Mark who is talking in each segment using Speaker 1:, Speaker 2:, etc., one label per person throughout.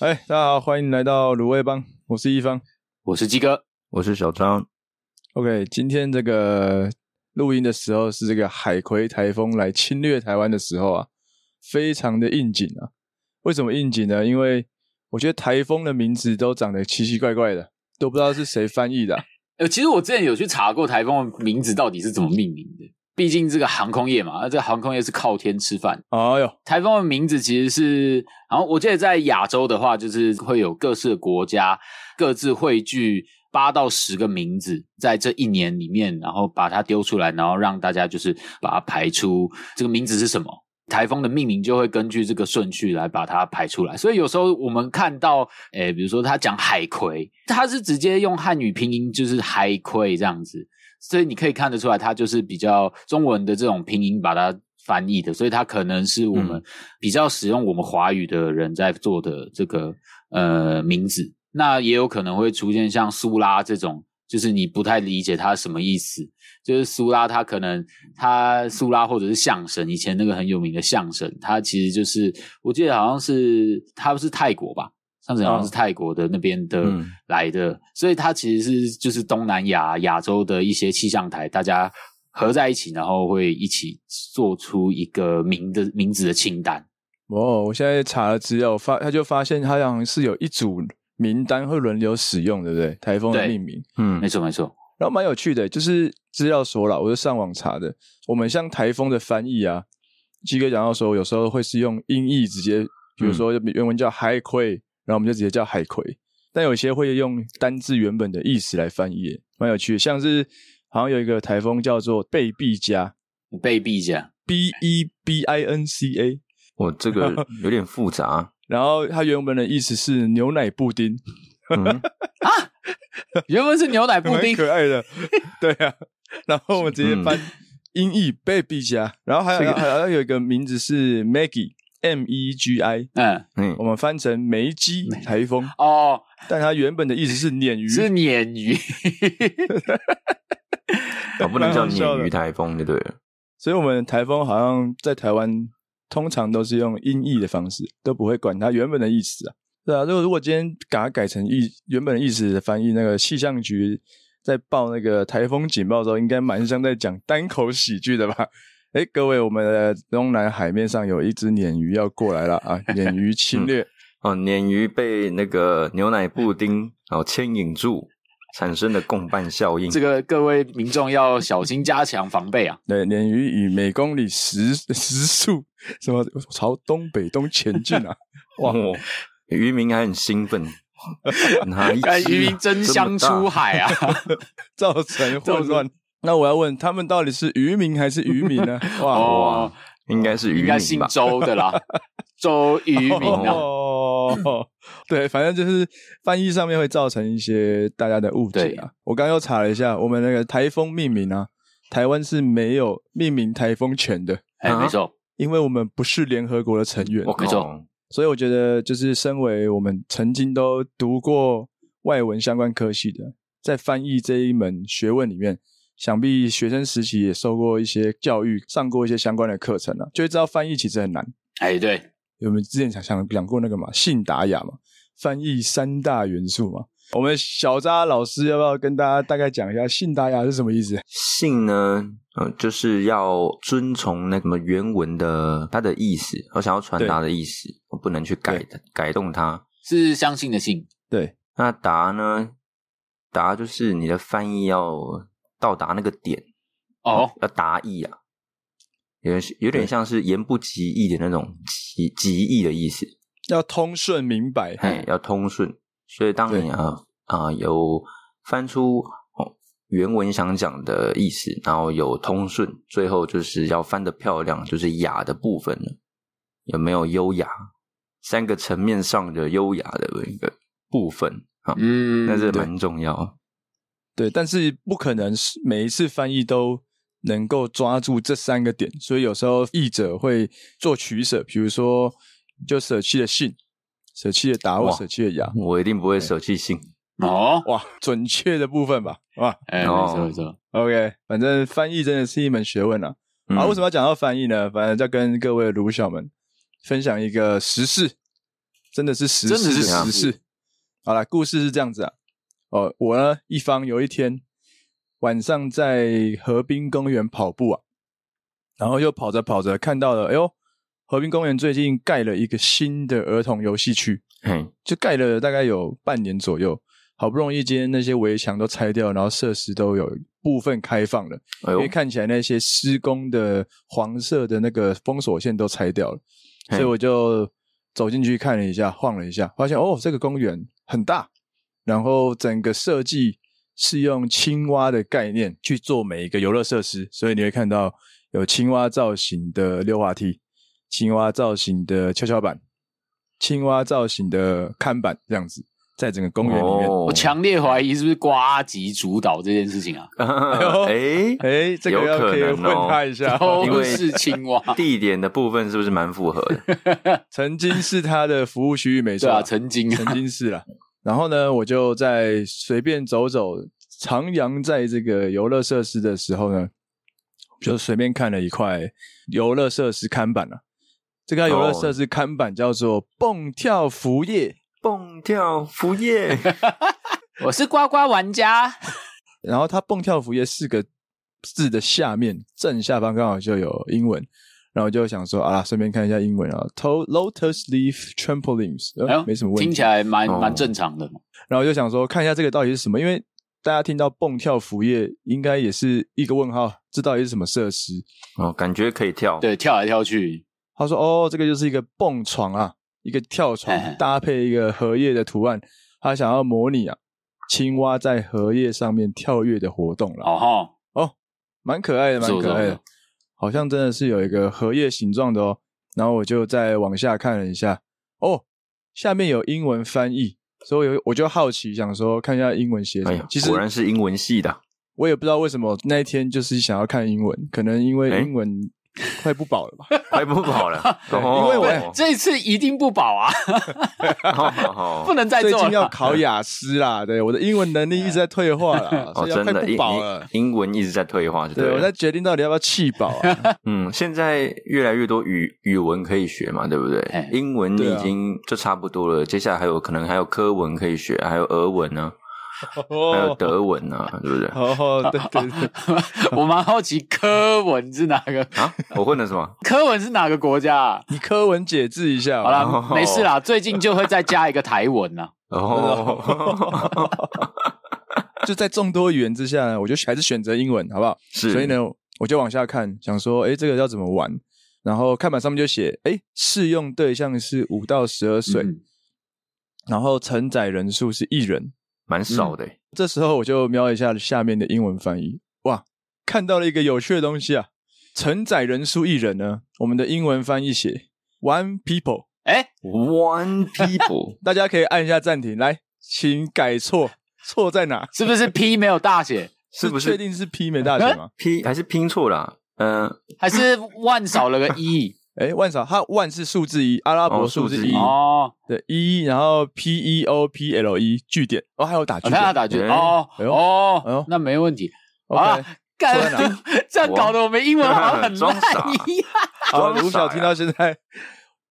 Speaker 1: 哎，大家好，欢迎来到卤味帮，我是一方。
Speaker 2: 我是鸡哥，
Speaker 3: 我是小张，
Speaker 1: OK，今天这个录音的时候是这个海葵台风来侵略台湾的时候啊，非常的应景啊。为什么应景呢？因为我觉得台风的名字都长得奇奇怪怪的，都不知道是谁翻译的啊、
Speaker 2: 呃，其实我之前有去查过台风的名字到底是怎么命名的，毕竟这个航空业嘛，那这个航空业是靠天吃饭。
Speaker 1: 哎呦，
Speaker 2: 台风的名字其实是，然后我记得在亚洲的话，就是会有各式的国家各自汇聚八到十个名字，在这一年里面，然后把它丢出来，然后让大家就是把它排出这个名字是什么。台风的命名就会根据这个顺序来把它排出来，所以有时候我们看到，诶、比如说他讲海葵，他是直接用汉语拼音就是海葵这样子，所以你可以看得出来，它就是比较中文的这种拼音把它翻译的，所以它可能是我们比较使用我们华语的人在做的这个呃名字。那也有可能会出现像苏拉这种，就是你不太理解它什么意思。就是苏拉，它可能它苏拉或者是象神，以前那个很有名的象神，它其实就是我记得好像是它是泰国吧，上次好像是泰国的那边的、
Speaker 3: 嗯
Speaker 2: 来的，所以它其实是就是东南亚亚洲的一些气象台，大家合在一起，然后会一起做出一个名的名字的清单。
Speaker 1: 哦，我现在查了资料，我发他就发现他好像是有一组名单会轮流使用，对不对？台风的
Speaker 2: 对
Speaker 1: 命名，
Speaker 3: 嗯
Speaker 2: 没错，没错，
Speaker 1: 然后蛮有趣的，就是资料说了，我就上网查的。我们像台风的翻译啊，鸡哥讲到说，有时候会是用音译直接，比如说原文叫海葵，然后我们就直接叫海葵。但有些会用单字原本的意思来翻译，蛮有趣的。像是好像有一个台风叫做贝必加
Speaker 2: 被避奖。
Speaker 1: （B E B I N C A），
Speaker 3: 我 这个有点复杂，
Speaker 1: 然后它原本的意思是牛奶布丁，
Speaker 3: 嗯，
Speaker 2: 原本是牛奶布
Speaker 1: 蛮
Speaker 2: 丁，
Speaker 1: 可爱的。 对啊，然后我们直接翻
Speaker 3: 嗯
Speaker 1: 音译贝必加，然后还有还有还有一个名字是 Maggie，M E G I，
Speaker 2: 嗯，
Speaker 3: 嗯
Speaker 1: 我们翻成梅基台风，
Speaker 2: 哦，
Speaker 1: 但它原本的意思是鲶鱼，
Speaker 2: 是鲶鱼，
Speaker 3: 哦不能叫
Speaker 1: 蛮好笑
Speaker 3: 鲶
Speaker 1: 的
Speaker 3: 鱼台风就对了，
Speaker 1: 所以我们台风好像在台湾通常都是用音译的方式，都不会管它原本的意思啊。对啊，如果如果今天把它改成意原本的意思的翻译，那个气象局在报那个台风警报的时候，应该蛮像在讲单口喜剧的吧？哎，各位，我们的东南海面上有一只鲶鱼要过来了啊！鲶鱼侵略，
Speaker 3: 哦，鲶鱼被那个牛奶布丁哦牵引住产生的 共伴效应，
Speaker 2: 这个各位民众要小心加强防备 啊！
Speaker 1: 对，鲶鱼以每公里时时速什么朝东北东前进啊！
Speaker 3: 哇，渔民还很兴 奋，哪一
Speaker 2: 看
Speaker 3: 只
Speaker 2: 渔民争相出
Speaker 3: 这么大
Speaker 2: 海啊！
Speaker 1: 造成混乱。那我要问他们到底是渔民还是渔民 呢？哇，
Speaker 2: 哦，
Speaker 3: 应该是渔
Speaker 2: 应该姓
Speaker 3: 民吧？
Speaker 2: 周的 啦，周渔民啊。
Speaker 1: 哦， 对，反正就是翻译上面会造成一些大家的误解
Speaker 2: 对
Speaker 1: 啊。我刚刚又查了一下，我们那个台风命名啊，台湾是没有命名台风权的，
Speaker 2: 哎，
Speaker 3: 啊
Speaker 2: 没错，
Speaker 1: 因为我们不是联合国的成员
Speaker 3: 我。
Speaker 2: 没错
Speaker 3: 靠，
Speaker 1: 所以我觉得，就是身为我们曾经都读过外文相关科系的，在翻译这一门学问里面，想必学生时期也受过一些教育，上过一些相关的课程了、就会知道翻译其实很难。
Speaker 2: 哎，对，
Speaker 1: 我们之前想想讲过那个嘛，信达雅嘛，翻译三大元素嘛。我们小扎老师要不要跟大家大概讲一下信达雅是什么意思？
Speaker 3: 信呢，嗯、就是要遵从那什么原文的它的意思，我想要传达的意思，我不能去改改动它。
Speaker 2: 是相信的信，
Speaker 1: 对，
Speaker 3: 那达呢？达就是你的翻译要到达那个点
Speaker 2: 哦，
Speaker 3: 要达意啊，有点有点像是言不及义的那种及及义的意思，
Speaker 1: 要通顺明白。
Speaker 3: 嘿，要通顺。所以当你
Speaker 1: 对
Speaker 3: 啊啊、有翻出哦原文想讲的意思，然后有通顺，最后就是要翻得漂亮，就是雅的部分了。有没有优雅？三个层面上的优雅的一个部分啊，
Speaker 2: 嗯，
Speaker 3: 那是
Speaker 1: 对
Speaker 3: 蛮重要。
Speaker 1: 对，但是不可能是每一次翻译都能够抓住这三个点，所以有时候译者会做取舍，比如说就舍弃了信，舍弃了达或
Speaker 3: 哇
Speaker 1: 舍弃了雅，
Speaker 3: 我一定不会
Speaker 1: 哎
Speaker 3: 舍弃信。
Speaker 2: 哦，
Speaker 1: 哇，准确的部分吧，哇
Speaker 2: 哎，没
Speaker 3: 哦
Speaker 2: 错没错，
Speaker 1: ，OK，反正翻译真的是一门学问啊。
Speaker 3: 嗯
Speaker 1: 啊，为什么要讲到翻译呢？反正要跟各位卢小们分享一个时事，真的是时事，
Speaker 2: 真的是
Speaker 3: 时
Speaker 1: 时事。好了，故事是这样子啊，哦，我呢一方有一天晚上在河滨公园跑步啊，然后又跑着跑着看到了，哎呦，河滨公园最近盖了一个新的儿童游戏区，
Speaker 3: 嘿，
Speaker 1: 就盖了大概有半年左右。好不容易，今天那些围墙都拆掉，然后设施都有部分开放了。因
Speaker 3: 哎呦
Speaker 1: 为，看起来那些施工的黄色的那个封锁线都拆掉了，
Speaker 3: 嘿
Speaker 1: 所以我就走进去看了一下，晃了一下，发现哦，这个公园很大，然后整个设计是用青蛙的概念去做每一个游乐设施，所以你会看到有青蛙造型的溜滑梯、青蛙造型的跷跷板、青蛙造型的看板这样子，在整个公园里面。
Speaker 3: 哦
Speaker 2: 我强烈怀疑是不是瓜吉主导这件事 情啊？
Speaker 3: 哎，
Speaker 1: 哎，这个
Speaker 3: 有
Speaker 1: 要
Speaker 3: 可
Speaker 1: 可以
Speaker 3: 能
Speaker 1: 问
Speaker 3: 哦
Speaker 1: 他一下，
Speaker 3: 因
Speaker 2: 都
Speaker 3: 为
Speaker 2: 是青蛙，
Speaker 3: 地点的部分是不是蛮符合的？
Speaker 1: 曾经是他的服务区域，没错
Speaker 2: 对
Speaker 1: 啊、
Speaker 2: 啊，曾 经啊
Speaker 1: 曾经是啦。然后呢，我就在随便走走，徜徉在这个游乐设施的时候呢，就随便看了一块游乐设施看板啊。这个游乐设施看板叫做“蹦跳服业
Speaker 3: 蹦跳服业，
Speaker 2: 我是呱呱玩家，”，
Speaker 1: 然后它“蹦跳服业”四个字的下面正下方刚好就有英文，然后我就想说啊，顺便看一下英文啊，“to lotus leaf trampolines”，、
Speaker 2: 哎
Speaker 1: 呃
Speaker 2: 呦
Speaker 1: 没什么问题，
Speaker 2: 听起来蛮
Speaker 3: 哦
Speaker 2: 蛮正常的嘛。
Speaker 1: 然后我就想说看一下这个到底是什么，因为大家听到蹦跳服业应该也是一个问号，这到底是什么设施？
Speaker 3: 哦，感觉可以跳。，
Speaker 2: 对，跳来跳去，
Speaker 1: 他说哦，这个就是一个蹦床啊，一个跳床
Speaker 2: 嘿嘿
Speaker 1: 搭配一个荷叶的图案，他想要模拟啊青蛙在荷叶上面跳跃的活动了，
Speaker 2: 哦吼，
Speaker 1: 蛮可爱的，蛮
Speaker 2: 是
Speaker 1: 可爱
Speaker 2: 是
Speaker 1: 的
Speaker 2: 是，
Speaker 1: 好像真的是有一个荷叶形状的哦。然后我就再往下看了一下，哦，下面有英文翻译，所以我我就好奇想说看一下英文写什
Speaker 3: 哎
Speaker 1: 么
Speaker 3: 呀。
Speaker 1: 其，实
Speaker 3: 果然是英文 系的。
Speaker 1: 我也不知道为什么那一天就是想要看英文，可能因为
Speaker 3: 诶
Speaker 1: 英文快不饱了吧。
Speaker 3: 快不饱了，
Speaker 1: 对
Speaker 3: 哦
Speaker 1: 因为我
Speaker 2: 对，这一次一定不保啊，
Speaker 3: 哦
Speaker 2: 不能再
Speaker 1: 最
Speaker 2: 做
Speaker 1: 近要
Speaker 2: 了。
Speaker 1: 考雅思啦，对我的英文能力一直在退化啦，
Speaker 3: 哦，
Speaker 1: 所以要
Speaker 3: 真
Speaker 1: 快
Speaker 3: 的
Speaker 1: 不
Speaker 3: 英
Speaker 1: 饱了
Speaker 3: 英。英文一直在退化，
Speaker 1: 对，
Speaker 3: 不
Speaker 1: 我在决定到底要不要弃保 啊。
Speaker 3: 嗯，现在越来越多语语文可以学嘛，对不对？
Speaker 2: 哎
Speaker 3: 英文你
Speaker 1: 对
Speaker 3: 已
Speaker 1: 啊
Speaker 3: 经就差不多了，接下来还有可能还有科文可以学，还有俄文呢、啊，还有
Speaker 1: 哦，
Speaker 3: 德文啊，对不对？
Speaker 1: 哦，对对对，
Speaker 2: 我蛮好奇科文是哪 个？
Speaker 3: 啊， 我混了什么？
Speaker 2: 科文是哪个国家啊？
Speaker 1: 你科文解字一下
Speaker 2: 好
Speaker 1: 吧。
Speaker 2: 啦，没事啦，最近就会再加一个台文啊 啦。
Speaker 3: 哦，
Speaker 1: 就在众多语言之下呢，我就还是选择英文，好不好？
Speaker 3: 是，
Speaker 1: 所以呢，我就往下看，想说，哎，这个要怎么玩？然后看板上面就写，哎，适用对象是五到十二岁，
Speaker 2: 嗯
Speaker 1: 然后承载人数是一人，
Speaker 3: 蛮少的、
Speaker 1: 这时候我就瞄一下下面的英文翻译，哇，看到了一个有趣的东西啊！承载人数一人呢，我们的英文翻译写 one people，
Speaker 2: 哎，
Speaker 3: One people，
Speaker 1: 大家可以按一下暂停，来，请改错，错在哪？
Speaker 2: 是不是 P 没有大写，
Speaker 3: 是不
Speaker 1: 确
Speaker 3: 是
Speaker 1: 定是 P 美大写 吗？
Speaker 3: 拼还是拼错了、啊？嗯、
Speaker 2: 还是万少了个 E？一？
Speaker 1: 哎，万少，它万是数字一，阿拉伯
Speaker 3: 哦
Speaker 1: 数字
Speaker 3: 数字
Speaker 1: 一、
Speaker 3: 一
Speaker 2: 哦，
Speaker 1: 对一，然后 P E O P L E 据点，哦，还有打
Speaker 2: 我
Speaker 1: 据
Speaker 2: 看他
Speaker 1: 点，
Speaker 2: 打句
Speaker 3: 哎
Speaker 2: 哦
Speaker 1: 哎呦哎呦
Speaker 2: 哦，那没问题。好
Speaker 1: OK，
Speaker 3: 啊
Speaker 2: 啦，干
Speaker 1: 错在哪
Speaker 2: 这样搞得我们英文好像很
Speaker 3: 装
Speaker 2: 烂
Speaker 3: 傻
Speaker 2: 一样。
Speaker 1: 好，
Speaker 3: 装傻
Speaker 1: 啊卢晓
Speaker 3: 呀
Speaker 1: 听到现在，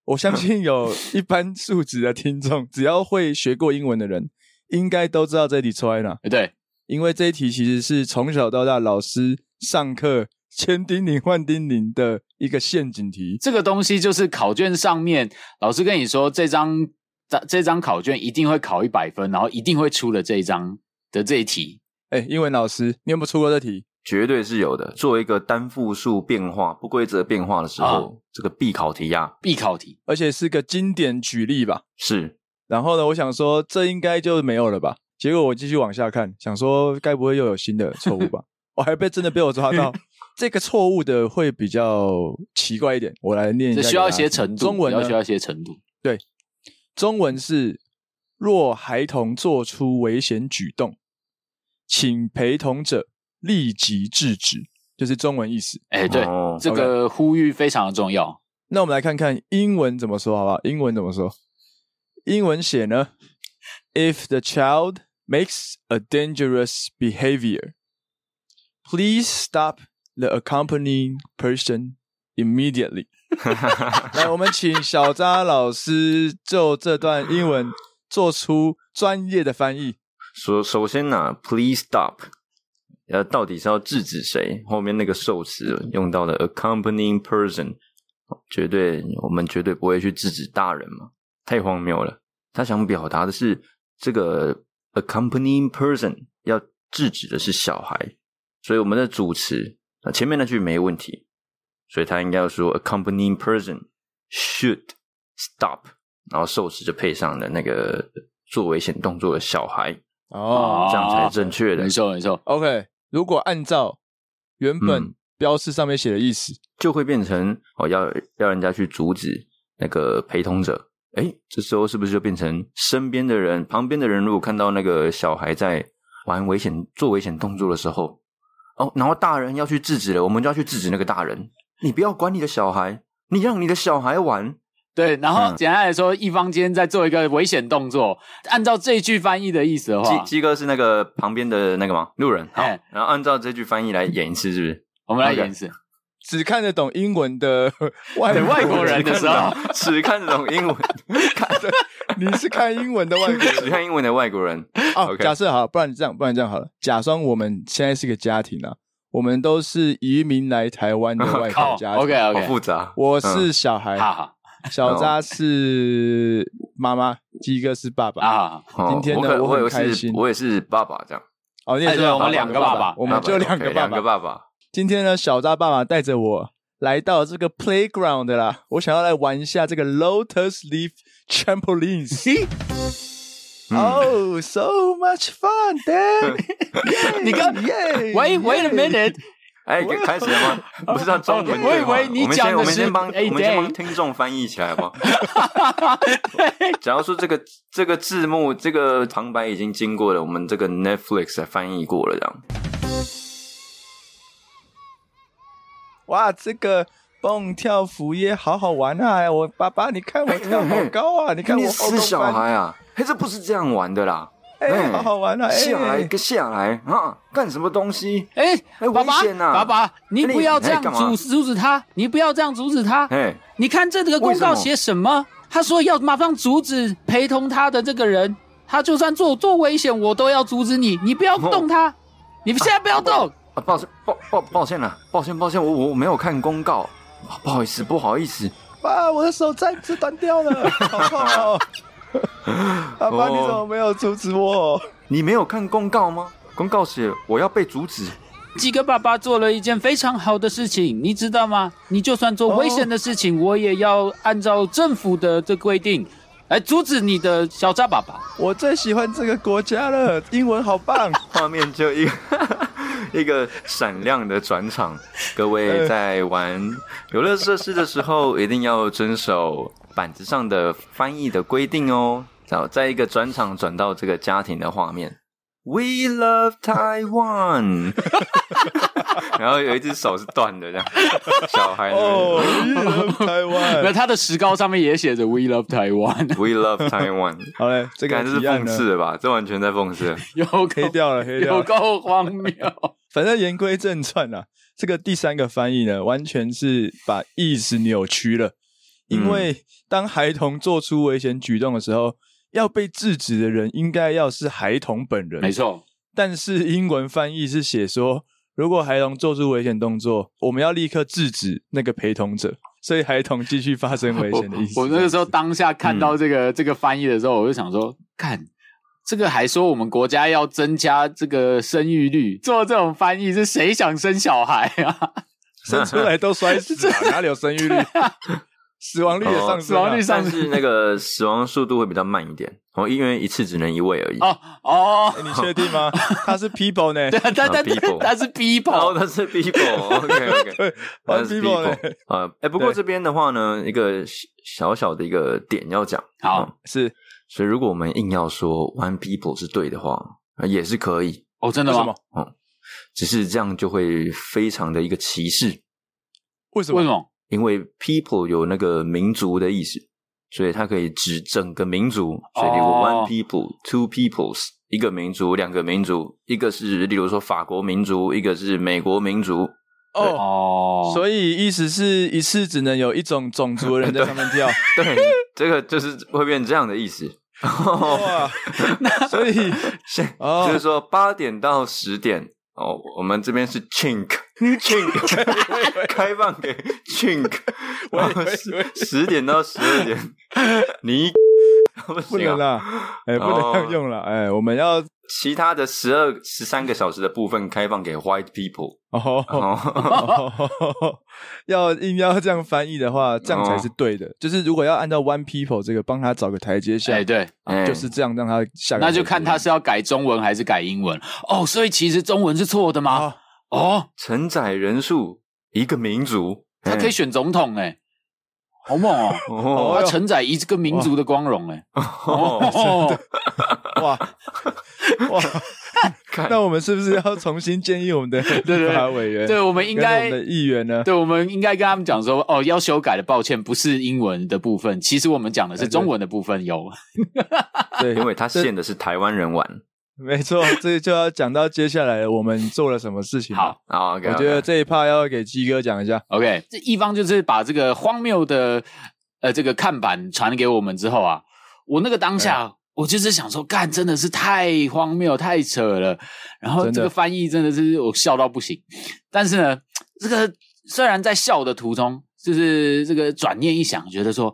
Speaker 1: 我 相信有一般素质的听众， 只要会学过英文的人，应该都知道这一题错在哪。
Speaker 2: 对，
Speaker 1: 因为这一题其实是从小到大老师上课千叮咛万叮咛的一个陷阱题。
Speaker 2: 这个东西就是考卷上面老师跟你说这张这这张考卷一定会考一百分，然后一定会出的这一张的这一题。
Speaker 1: 哎，英文老师，你有没有出过这题？
Speaker 3: 绝对是有的。作为一个单复数变化、不规则变化的时候，这个必考题呀、啊
Speaker 2: 必考题，
Speaker 1: 而且是个经典举例吧。
Speaker 3: 是
Speaker 1: 然后呢，我想说这应该就没有了吧。结果我继续往下看，想说该不会又有新的错误吧？我还被真的被我抓 到，这个错误的会比较奇怪一点。我来念一下给
Speaker 2: 这
Speaker 1: 大家，
Speaker 2: 需要一些程度，
Speaker 1: 中文
Speaker 2: 要需要
Speaker 1: 呢
Speaker 2: 一？些程度。
Speaker 1: 中文是：若孩童做出危险举动，请陪同者立即制止。就是中文意思。
Speaker 2: 哎，对，
Speaker 3: 哦
Speaker 2: 这个呼吁非常的重要。
Speaker 1: 那我们来看看英文怎么说，好不好？英文怎么说？英文写呢？If the child makes a dangerous behavior, please stop the accompanying person immediately. 来，我们请小扎老师就这段英文做出专业的翻译。
Speaker 3: 首首先呢、p l e a s e stop，呃，到底是要制止谁？后面那个受词用到的 accompanying person，绝对我们绝对不会去制止大人嘛，太荒谬了。他想表达的是，这个 accompanying person 要制止的是小孩，所以我们的主词啊前面那句没问题，所以他应该要说 accompanying person should stop，然后受词就配上了那个做危险动作的小孩。
Speaker 2: 哦
Speaker 3: 这样才正确的
Speaker 2: 没，错，没错。
Speaker 1: OK，如果按照原本
Speaker 3: 嗯
Speaker 1: 标示上面写的意思，
Speaker 3: 就会变成哦，要要人家去阻止那个陪同者。哎，这时候是不是就变成身边的人、旁边的人，如果看到那个小孩在玩危险、做危险动作的时候，哦，然后大人要去制止了，我们就要去制止那个大人。你不要管你的小孩，你让你的小孩玩。
Speaker 2: 对，然后
Speaker 3: 嗯
Speaker 2: 简单来说，一方今天在做一个危险动作，按照这句翻译的意思的
Speaker 3: 鸡
Speaker 2: 话，
Speaker 3: 鸡哥是那个旁边的那个吗？路人。好
Speaker 2: 啊哎，
Speaker 3: 然后按照这句翻译来演一次，是不是？
Speaker 2: 我们来
Speaker 3: OK
Speaker 2: 演示。
Speaker 1: 只看得懂英文的 外
Speaker 2: 对外国人的时候，
Speaker 3: 只看得懂英文，
Speaker 1: 你是看英文的外国
Speaker 3: 只
Speaker 1: 人
Speaker 3: 看英文的外国人。
Speaker 1: 哦。
Speaker 3: OK
Speaker 1: 假设好，不然这样，不然这样好了。假装我们现在是个家庭啊，我们都是移民来台湾的外
Speaker 2: 哦
Speaker 1: 国家庭。
Speaker 2: ，OK
Speaker 3: 好
Speaker 2: OK，
Speaker 3: 复杂。
Speaker 1: 我是小孩，
Speaker 2: 好好
Speaker 1: 小扎是妈妈，鸡哥是爸爸。
Speaker 2: 啊，
Speaker 3: 哦
Speaker 1: 今天呢
Speaker 3: 我可
Speaker 1: 我很
Speaker 3: 我也
Speaker 1: 开
Speaker 3: 是
Speaker 1: 心
Speaker 3: 我也是爸爸这样，
Speaker 1: 哦，你也
Speaker 2: 哎
Speaker 1: 是
Speaker 2: 对
Speaker 1: 爸爸
Speaker 2: 我们两个爸爸
Speaker 1: 我们就两
Speaker 3: 两
Speaker 1: 个爸
Speaker 3: 两
Speaker 1: 爸
Speaker 3: 个。爸爸，
Speaker 1: 今天呢，小扎爸爸带着我来到这个 playground 啦，我想要来玩一下这个 lotus leaf trampolines。Oh, so much fun, Dad！
Speaker 2: 你刚
Speaker 1: 耶
Speaker 2: ，Wait wait a minute，
Speaker 3: 哎，开始了 吗？不是要中文
Speaker 2: 我以
Speaker 3: 对话
Speaker 2: 为你
Speaker 3: 我们
Speaker 2: 讲
Speaker 3: 先
Speaker 2: 的
Speaker 3: 我们先
Speaker 2: 是
Speaker 3: 帮
Speaker 1: 哎
Speaker 2: A
Speaker 3: 我们先
Speaker 2: day
Speaker 3: 帮听众翻译起来吧。 假如说这个这个字幕这个旁白已经经过了我们这个 Netflix 来翻译过了，这样
Speaker 1: 哇，这个蹦跳服也好好玩啊！哎我爸爸，你看我跳好高啊！你看
Speaker 3: 你
Speaker 1: 我后空
Speaker 3: 死小
Speaker 1: 翻，
Speaker 3: 孩啊！嘿，这不是这样玩的啦！
Speaker 1: 哎，好好玩啊！
Speaker 3: 下来
Speaker 1: 哎，
Speaker 3: 个下来啊！干什么东西？
Speaker 2: 哎，
Speaker 3: 哎
Speaker 2: 爸爸
Speaker 3: 危险啊
Speaker 2: 爸爸，你
Speaker 3: 哎
Speaker 2: 不要这样
Speaker 3: 哎干嘛
Speaker 2: 阻阻止他，你不要这样阻止他。
Speaker 3: 哎，
Speaker 2: 你看这个公告写什么？他说要马上阻止陪同他的这个人，他就算做做危险，我都要阻止你，你不要
Speaker 3: 哦
Speaker 2: 动他，你现在不 要动。
Speaker 3: 啊，抱歉，抱抱抱歉啦，抱歉抱歉，我我我没有看公告，啊不好意思不好意思，
Speaker 1: 爸，我的手再次断掉了，好痛哦！爸爸，
Speaker 3: 哦
Speaker 1: 你怎么没有阻止我？
Speaker 3: 你没有看公告吗？公告写我要被阻止，
Speaker 2: 鸡哥爸爸做了一件非常好的事情，你知道吗？你就算做危险的事
Speaker 3: 哦
Speaker 2: 情，我也要按照政府的这规定来阻止你的小渣爸爸。
Speaker 1: 我最喜欢这个国家了，英文好棒！
Speaker 3: 画面就一个 一个闪亮的转场。各位在玩游乐设施的时候，一定要遵守板子上的翻译的规定哦。好，再一个转场转到这个家庭的画面，We love Taiwan，然后有一只手是断的，这样小孩呢
Speaker 1: 哦，一人台
Speaker 2: 那
Speaker 1: 湾。
Speaker 2: 他的石膏上面也写着 “We love Taiwan”，
Speaker 3: We love Taiwan，
Speaker 1: 好嘞， 这
Speaker 3: 这
Speaker 1: 个
Speaker 3: 个是
Speaker 1: 提案
Speaker 3: 讽
Speaker 1: 呢
Speaker 3: 刺的吧？这完全在 讽刺。
Speaker 2: 有够
Speaker 1: 黑掉了，黑掉
Speaker 2: 有
Speaker 1: 了。
Speaker 2: 够 荒谬。
Speaker 1: 反正言归正传啊，这个第三个翻译呢，完全是把意思扭曲了。
Speaker 2: 嗯
Speaker 1: 因为当孩童做出危险举动的时候，要被制止的人应该要是孩童本人。
Speaker 2: 没，错，
Speaker 1: 但是英文翻译是写说，如果孩童做出危险动作，我们要立刻制止那个陪同者，所以孩童继续发生危
Speaker 2: 我
Speaker 1: 险的意思。
Speaker 2: 我那个时候当下看
Speaker 1: 嗯
Speaker 2: 到这个、这个翻译的时候，我就想说，看这个还说我们国家要增加这个生育率，做这种翻译是谁想生小孩啊？
Speaker 1: 生出来都摔死了，哪里有生 育率？死亡率也上升啊、
Speaker 2: 哦死亡率上
Speaker 3: 但是那个死亡速度会比较慢一点，哦，因为一次只能一位而已。
Speaker 2: 哦哦
Speaker 1: 欸。你确定吗？ 他是 people 呢
Speaker 2: 对，但但
Speaker 3: people
Speaker 2: 但是
Speaker 3: 哦，
Speaker 2: people，
Speaker 3: 他 是 people，OK OK，
Speaker 1: 玩
Speaker 3: 他是
Speaker 1: people 哦呢
Speaker 3: people 啊。哎，不过
Speaker 1: 对
Speaker 3: 这边的话呢，一个小小小的一个点要讲。嗯
Speaker 2: 好
Speaker 1: 是
Speaker 3: 所以如果我们硬要说 one people 是对的话，呃也是可以。
Speaker 2: 哦，真的
Speaker 1: 为什
Speaker 2: 吗
Speaker 1: 么？
Speaker 3: 只是这样就会非常的一个歧视，
Speaker 1: 为什么？
Speaker 2: 为什么？
Speaker 3: 因为 people 有那个民族的意思，所以它可以指整个民族。所以，例如
Speaker 2: 哦
Speaker 3: one people, two peoples，一个民族，两个民族，一个是例如说法国民族，一个是美国民族。
Speaker 1: 哦，
Speaker 2: 哦，以
Speaker 1: 所以意思是一次只能有一种种族的人在上面跳。
Speaker 3: 对， 这个就是会变这样的意思。
Speaker 1: 哇，所以
Speaker 3: 现
Speaker 1: 哦
Speaker 3: 就是说八点到十点哦，我们这边是 chink chink 开放给 chink，
Speaker 1: 我以
Speaker 3: 然
Speaker 1: 为
Speaker 3: 后十十点到十二点，你 不
Speaker 1: 不
Speaker 3: 行
Speaker 1: 能
Speaker 3: 啊！
Speaker 1: 啦，哎，不能这样用了，哎，我们 要
Speaker 3: 其他的十二十三个小时的部分开放给 white people，然
Speaker 1: 哦，
Speaker 3: 后
Speaker 1: 哦要硬要这样翻译的话，这样才是对的。就是如果要按照 one people 这个帮他找个台阶下
Speaker 2: 哎，对，
Speaker 3: 哎
Speaker 1: 就是这样让他下个台阶。
Speaker 2: 那就看他是要改中文还是改英文哦。所以其实中文是错的吗？
Speaker 1: 啊，
Speaker 2: 哦，
Speaker 3: 承载人数一个民族，
Speaker 2: 他可以选总统哎，好猛哦！
Speaker 3: 哎哦
Speaker 2: 他承载一个民族的光荣哎。
Speaker 3: 哦，
Speaker 2: 哦，
Speaker 1: 哇 哇，
Speaker 3: 看
Speaker 1: 那我们是不是要重新建议我 们的立
Speaker 2: 对
Speaker 1: 法委员？
Speaker 2: 对，我们应
Speaker 1: 跟我
Speaker 2: 该
Speaker 1: 们的议员呢？
Speaker 2: 对，我们应该跟他们讲说，哦，要修改的，抱歉，不是英文的部分，其实我们讲的
Speaker 1: 哎
Speaker 2: 是中文的部分有。
Speaker 1: 对，
Speaker 3: 因为他限的是台湾人玩
Speaker 1: 没错，这就要讲到接下来我们做了什么事情了。
Speaker 2: 好
Speaker 3: 啊，我
Speaker 1: 我觉得这一趴要给鸡哥讲一下。
Speaker 2: OK，这啊一方就是把这个荒谬的呃这个看板传给我们之后啊，我那个当下、
Speaker 1: 哎
Speaker 2: 我就是想说，干真的是太荒谬、太扯了。然后
Speaker 1: 真的
Speaker 2: 这个翻译真的是我笑到不行，但是呢，这个虽然在笑的途中，就是这个转念一想，觉得说，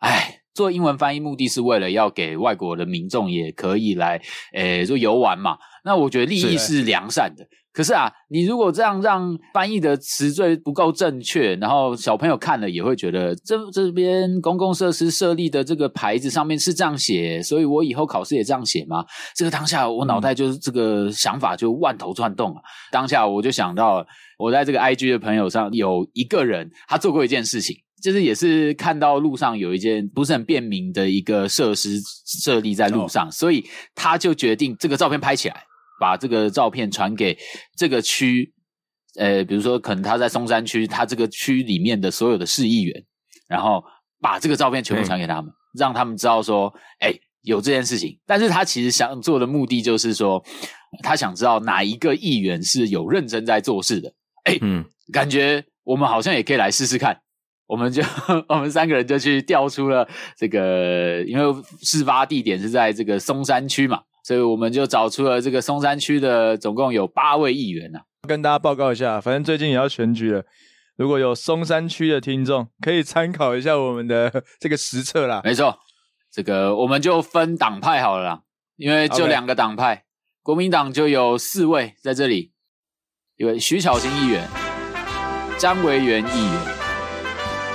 Speaker 2: 哎。做英文翻译目的是为了要给外国的民众也可以来，诶、做游玩嘛。那我觉得利益
Speaker 1: 是
Speaker 2: 是良善的，可是啊，你如果这样让翻译的词缀不够正确，然后小朋友看了也会觉得这这边公共设施设立的这个牌子上面是这样写，所以我以后考试也这样写吗？这个当下我脑袋就是这个想法就万头转动了。啊当下我就想到了，我在这个 IG 的朋友上有一个人，他做过一件事情。就是也是看到路上有一件不是很便民的一个设施设立在路上，所以他就决定这个照片拍起来，把这个照片传给这个区，呃，比如说可能他在松山区，他这个区里面的所有的市议员，然后把这个照片全部传给他们，让他们知道说，哎、有这件事情。但是他其实想做的目的就是说，他想知道哪一个议员是有认真在做事的。
Speaker 3: 嗯，
Speaker 2: 感觉我们好像也可以来试试看。我们就 我们三个人就去调出了这个，因为事发地点是在这个松山区嘛，所以我们就找出了这个松山区的总共有八位议员呐、啊
Speaker 1: 跟大家报告一下，反正最近也要选举了。如果有松山区的听众，可以参考一下我们的 这个实测啦。
Speaker 2: 没错，这个我们就分党派好了啦，因为就
Speaker 1: OK
Speaker 2: 两个党派，国民党就有四位在这里，有徐巧芯议员、张维元议员、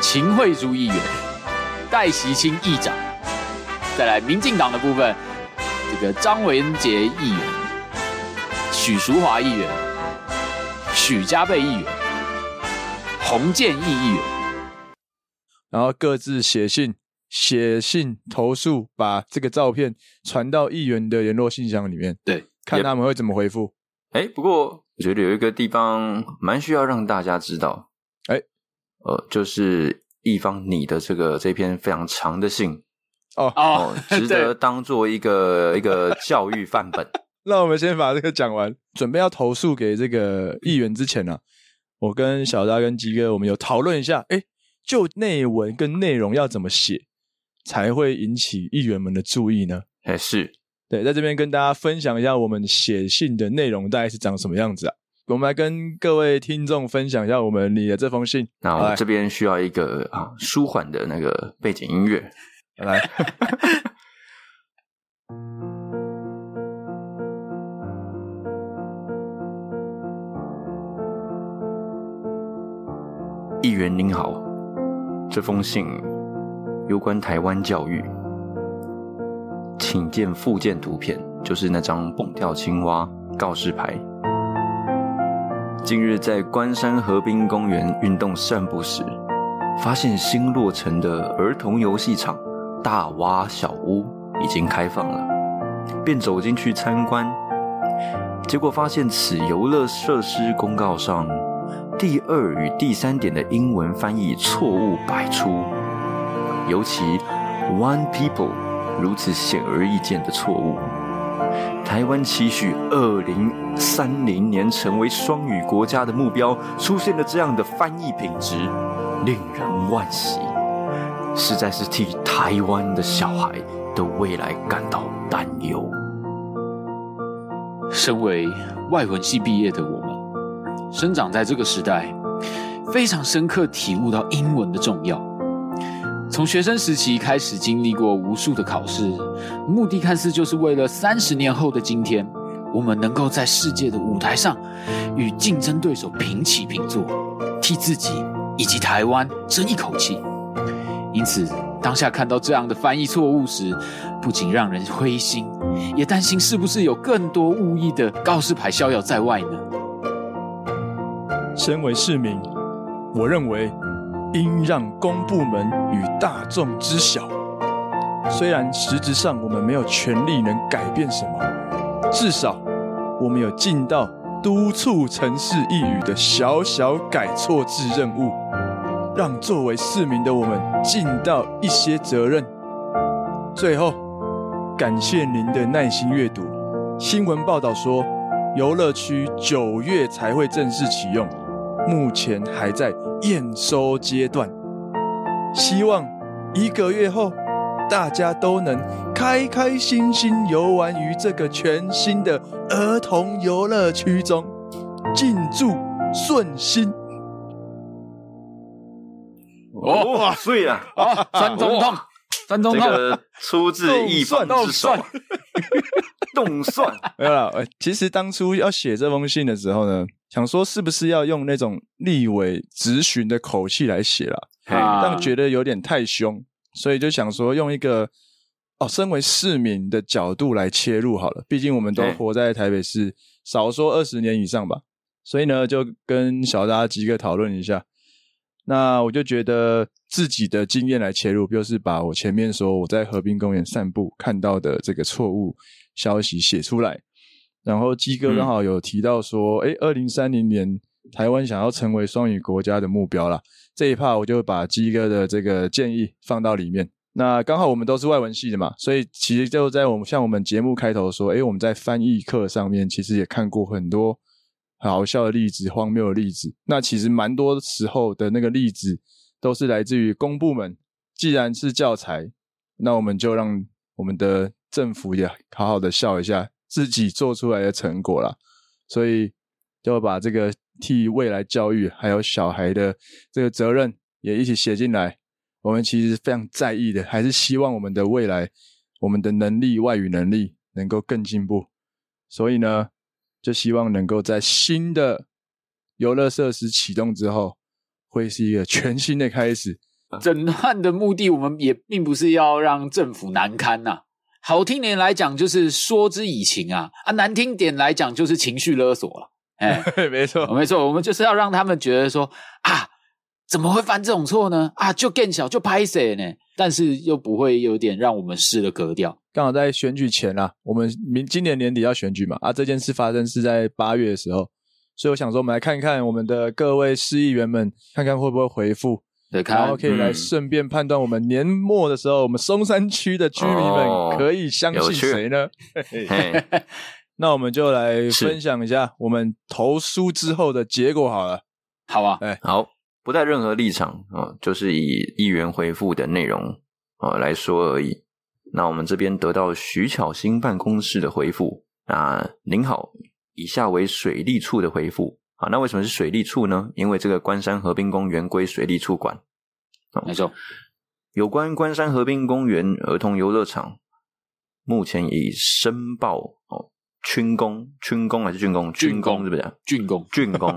Speaker 2: 秦惠珠议员、戴习清议长，再来民进党的部分，这个张文杰议员、许淑华议员、许家贝议员、洪建义议员。
Speaker 1: 然后各自写信、写信投诉，把这个照片传到议员的联络信箱里面，
Speaker 2: 对，
Speaker 1: 看他们会怎么回复。
Speaker 3: 哎，不过我觉得有一个地方蛮需要让大家知道，
Speaker 1: 哎，
Speaker 3: 呃，就是一方你的这个这篇非常长的信
Speaker 1: 哦，
Speaker 2: 哦
Speaker 3: 哦，，值
Speaker 2: 对
Speaker 3: 得当做一个 一个教育范本。
Speaker 1: 那我们先把这个讲完。准备要投诉给这个议员之前呢、啊我跟小大跟鸡哥我们有讨论一下，哎，就内文跟内容要怎么写才会引起议员们的注意呢？
Speaker 3: 哎，是
Speaker 1: 对，在这边跟大家分享一下我们写信的内容大概是长什么样子啊。我们来跟各位听众分享一下我们你的这封信。
Speaker 3: 那
Speaker 1: 好
Speaker 3: 我
Speaker 1: 来
Speaker 3: 这边需要一个啊舒缓的那个背景音乐。
Speaker 1: 来，
Speaker 3: 议员您好，这封信有关台湾教育，请见附件图片，就是那张蹦跳青蛙告示牌。近日在关山河滨公园运动散步时，发现新落成的儿童游戏场大蛙小屋已经开放了，便走进去参观。结果发现此游乐设施公告上第二与第三点的英文翻译错误百出，尤其 “one people” 如此显而易见的错误。台湾期许二零三零年成为双语国家的目标，出现了这样的翻译品质，令人惋惜，实在是替台湾的小孩的未来感到担忧。
Speaker 2: 身为外文系毕业的我们，生长在这个时代，非常深刻体悟到英文的重要。从学生时期开始，经历过无数的考试，目的看似就是为了三十年后的今天，我们能够在世界的舞台上与竞争对手平起平坐，替自己以及台湾争一口气。因此，当下看到这样的翻译错误时，不仅让人灰心，也担心是不是有更多无意的告示牌逍遥在外呢？
Speaker 1: 身为市民，我认为应让公部门与大众知晓。虽然实质上我们没有权利能改变什么，至少我们有尽到督促城市一语的小小改错字任务，让作为市民的我们尽到一些责任。最后，感谢您的耐心阅读。新闻报道说，游乐区九月才会正式启用，目前还在验收阶段。希望一个月后，大家都能开开心心游玩于这个全新的儿童游乐区中，进驻顺心。
Speaker 2: 哦
Speaker 3: 哇，碎了！
Speaker 2: 啊，三中痛，三中
Speaker 3: 这
Speaker 2: 痛，
Speaker 3: 个出自一方之手，啊动算。
Speaker 1: 没有啦，呃其实当初要写这封信的时候呢，想说是不是要用那种立委质询的口气来写啦，
Speaker 2: 啊
Speaker 1: 但觉得有点太凶，所以就想说用一个哦，身为市民的角度来切入好了。毕竟我们都
Speaker 3: 对
Speaker 1: 活在台北市，少说二十年以上吧，所以呢，就跟小大家几个讨论一下。那我就觉得自己的经验来切入，就是把我前面说我在河滨公园散步看到的这个错误消息写出来。然后鸡哥刚好有提到说，哎、二零三零年台湾想要成为双语国家的目标啦。这一趴我就把鸡哥的这个建议放到里面。那刚好我们都是外文系的嘛，所以其实就在我们像我们节目开头说，诶，我们在翻译课上面其实也看过很多很好笑的例子、荒谬的例子。那其实蛮多时候的那个例子都是来自于公部门，既然是教材，那我们就让我们的政府也好好的笑一下自己做出来的成果啦。所以就把这个替未来教育还有小孩的这个责任也一起写进来。我们其实非常在意的，还是希望我们的未来，我们的能力、外语能力能够更进步。所以呢，就希望能够在新的游乐设施启动之后，会是一个全新的开始。
Speaker 2: 整段的目的，我们也并不是要让政府难堪呐、好听点来讲，就是说之以情啊；啊，难听点来讲，就是情绪勒索了、哎，
Speaker 1: 对， 没错，
Speaker 2: 没错，我们就是要让他们觉得说啊，怎么会犯这种错呢？啊，就更小，就拍谁呢？但是又不会有点让我们失了格调。
Speaker 1: 刚好在选举前啦、我们明今年年底要选举嘛，啊，这件事发生是在八月的时候，所以我想说，我们来看看我们的各位市议员们，看看会不会回复，
Speaker 2: 对，
Speaker 1: 然
Speaker 2: 看
Speaker 1: 后可以来
Speaker 3: 嗯
Speaker 1: 顺便判断我们年末的时候，我们松山区的居民
Speaker 3: 哦
Speaker 1: 们可以相
Speaker 3: 有
Speaker 1: 信
Speaker 3: 趣
Speaker 1: 谁呢？
Speaker 3: 嘿，
Speaker 1: 那我们就来
Speaker 3: 是
Speaker 1: 分享一下我们投书之后的结果好 了。
Speaker 2: 好啊，
Speaker 3: 好，不带任何立场啊、哦就是以议员回复的内容啊、哦来说而已。那我们这边得到徐巧芯办公室的回复，那您好，以下为水利处的回复啊。那为什么是水利处呢？因为这个关山河滨公园归水利处管。哦
Speaker 2: 没错，
Speaker 3: 有关关山河滨公园儿童游乐场，目前已申报哦，竣工，竣工还是竣工？
Speaker 2: 竣
Speaker 3: 竣
Speaker 2: 工
Speaker 3: 工是不是啊？
Speaker 2: 竣工
Speaker 3: 竣工，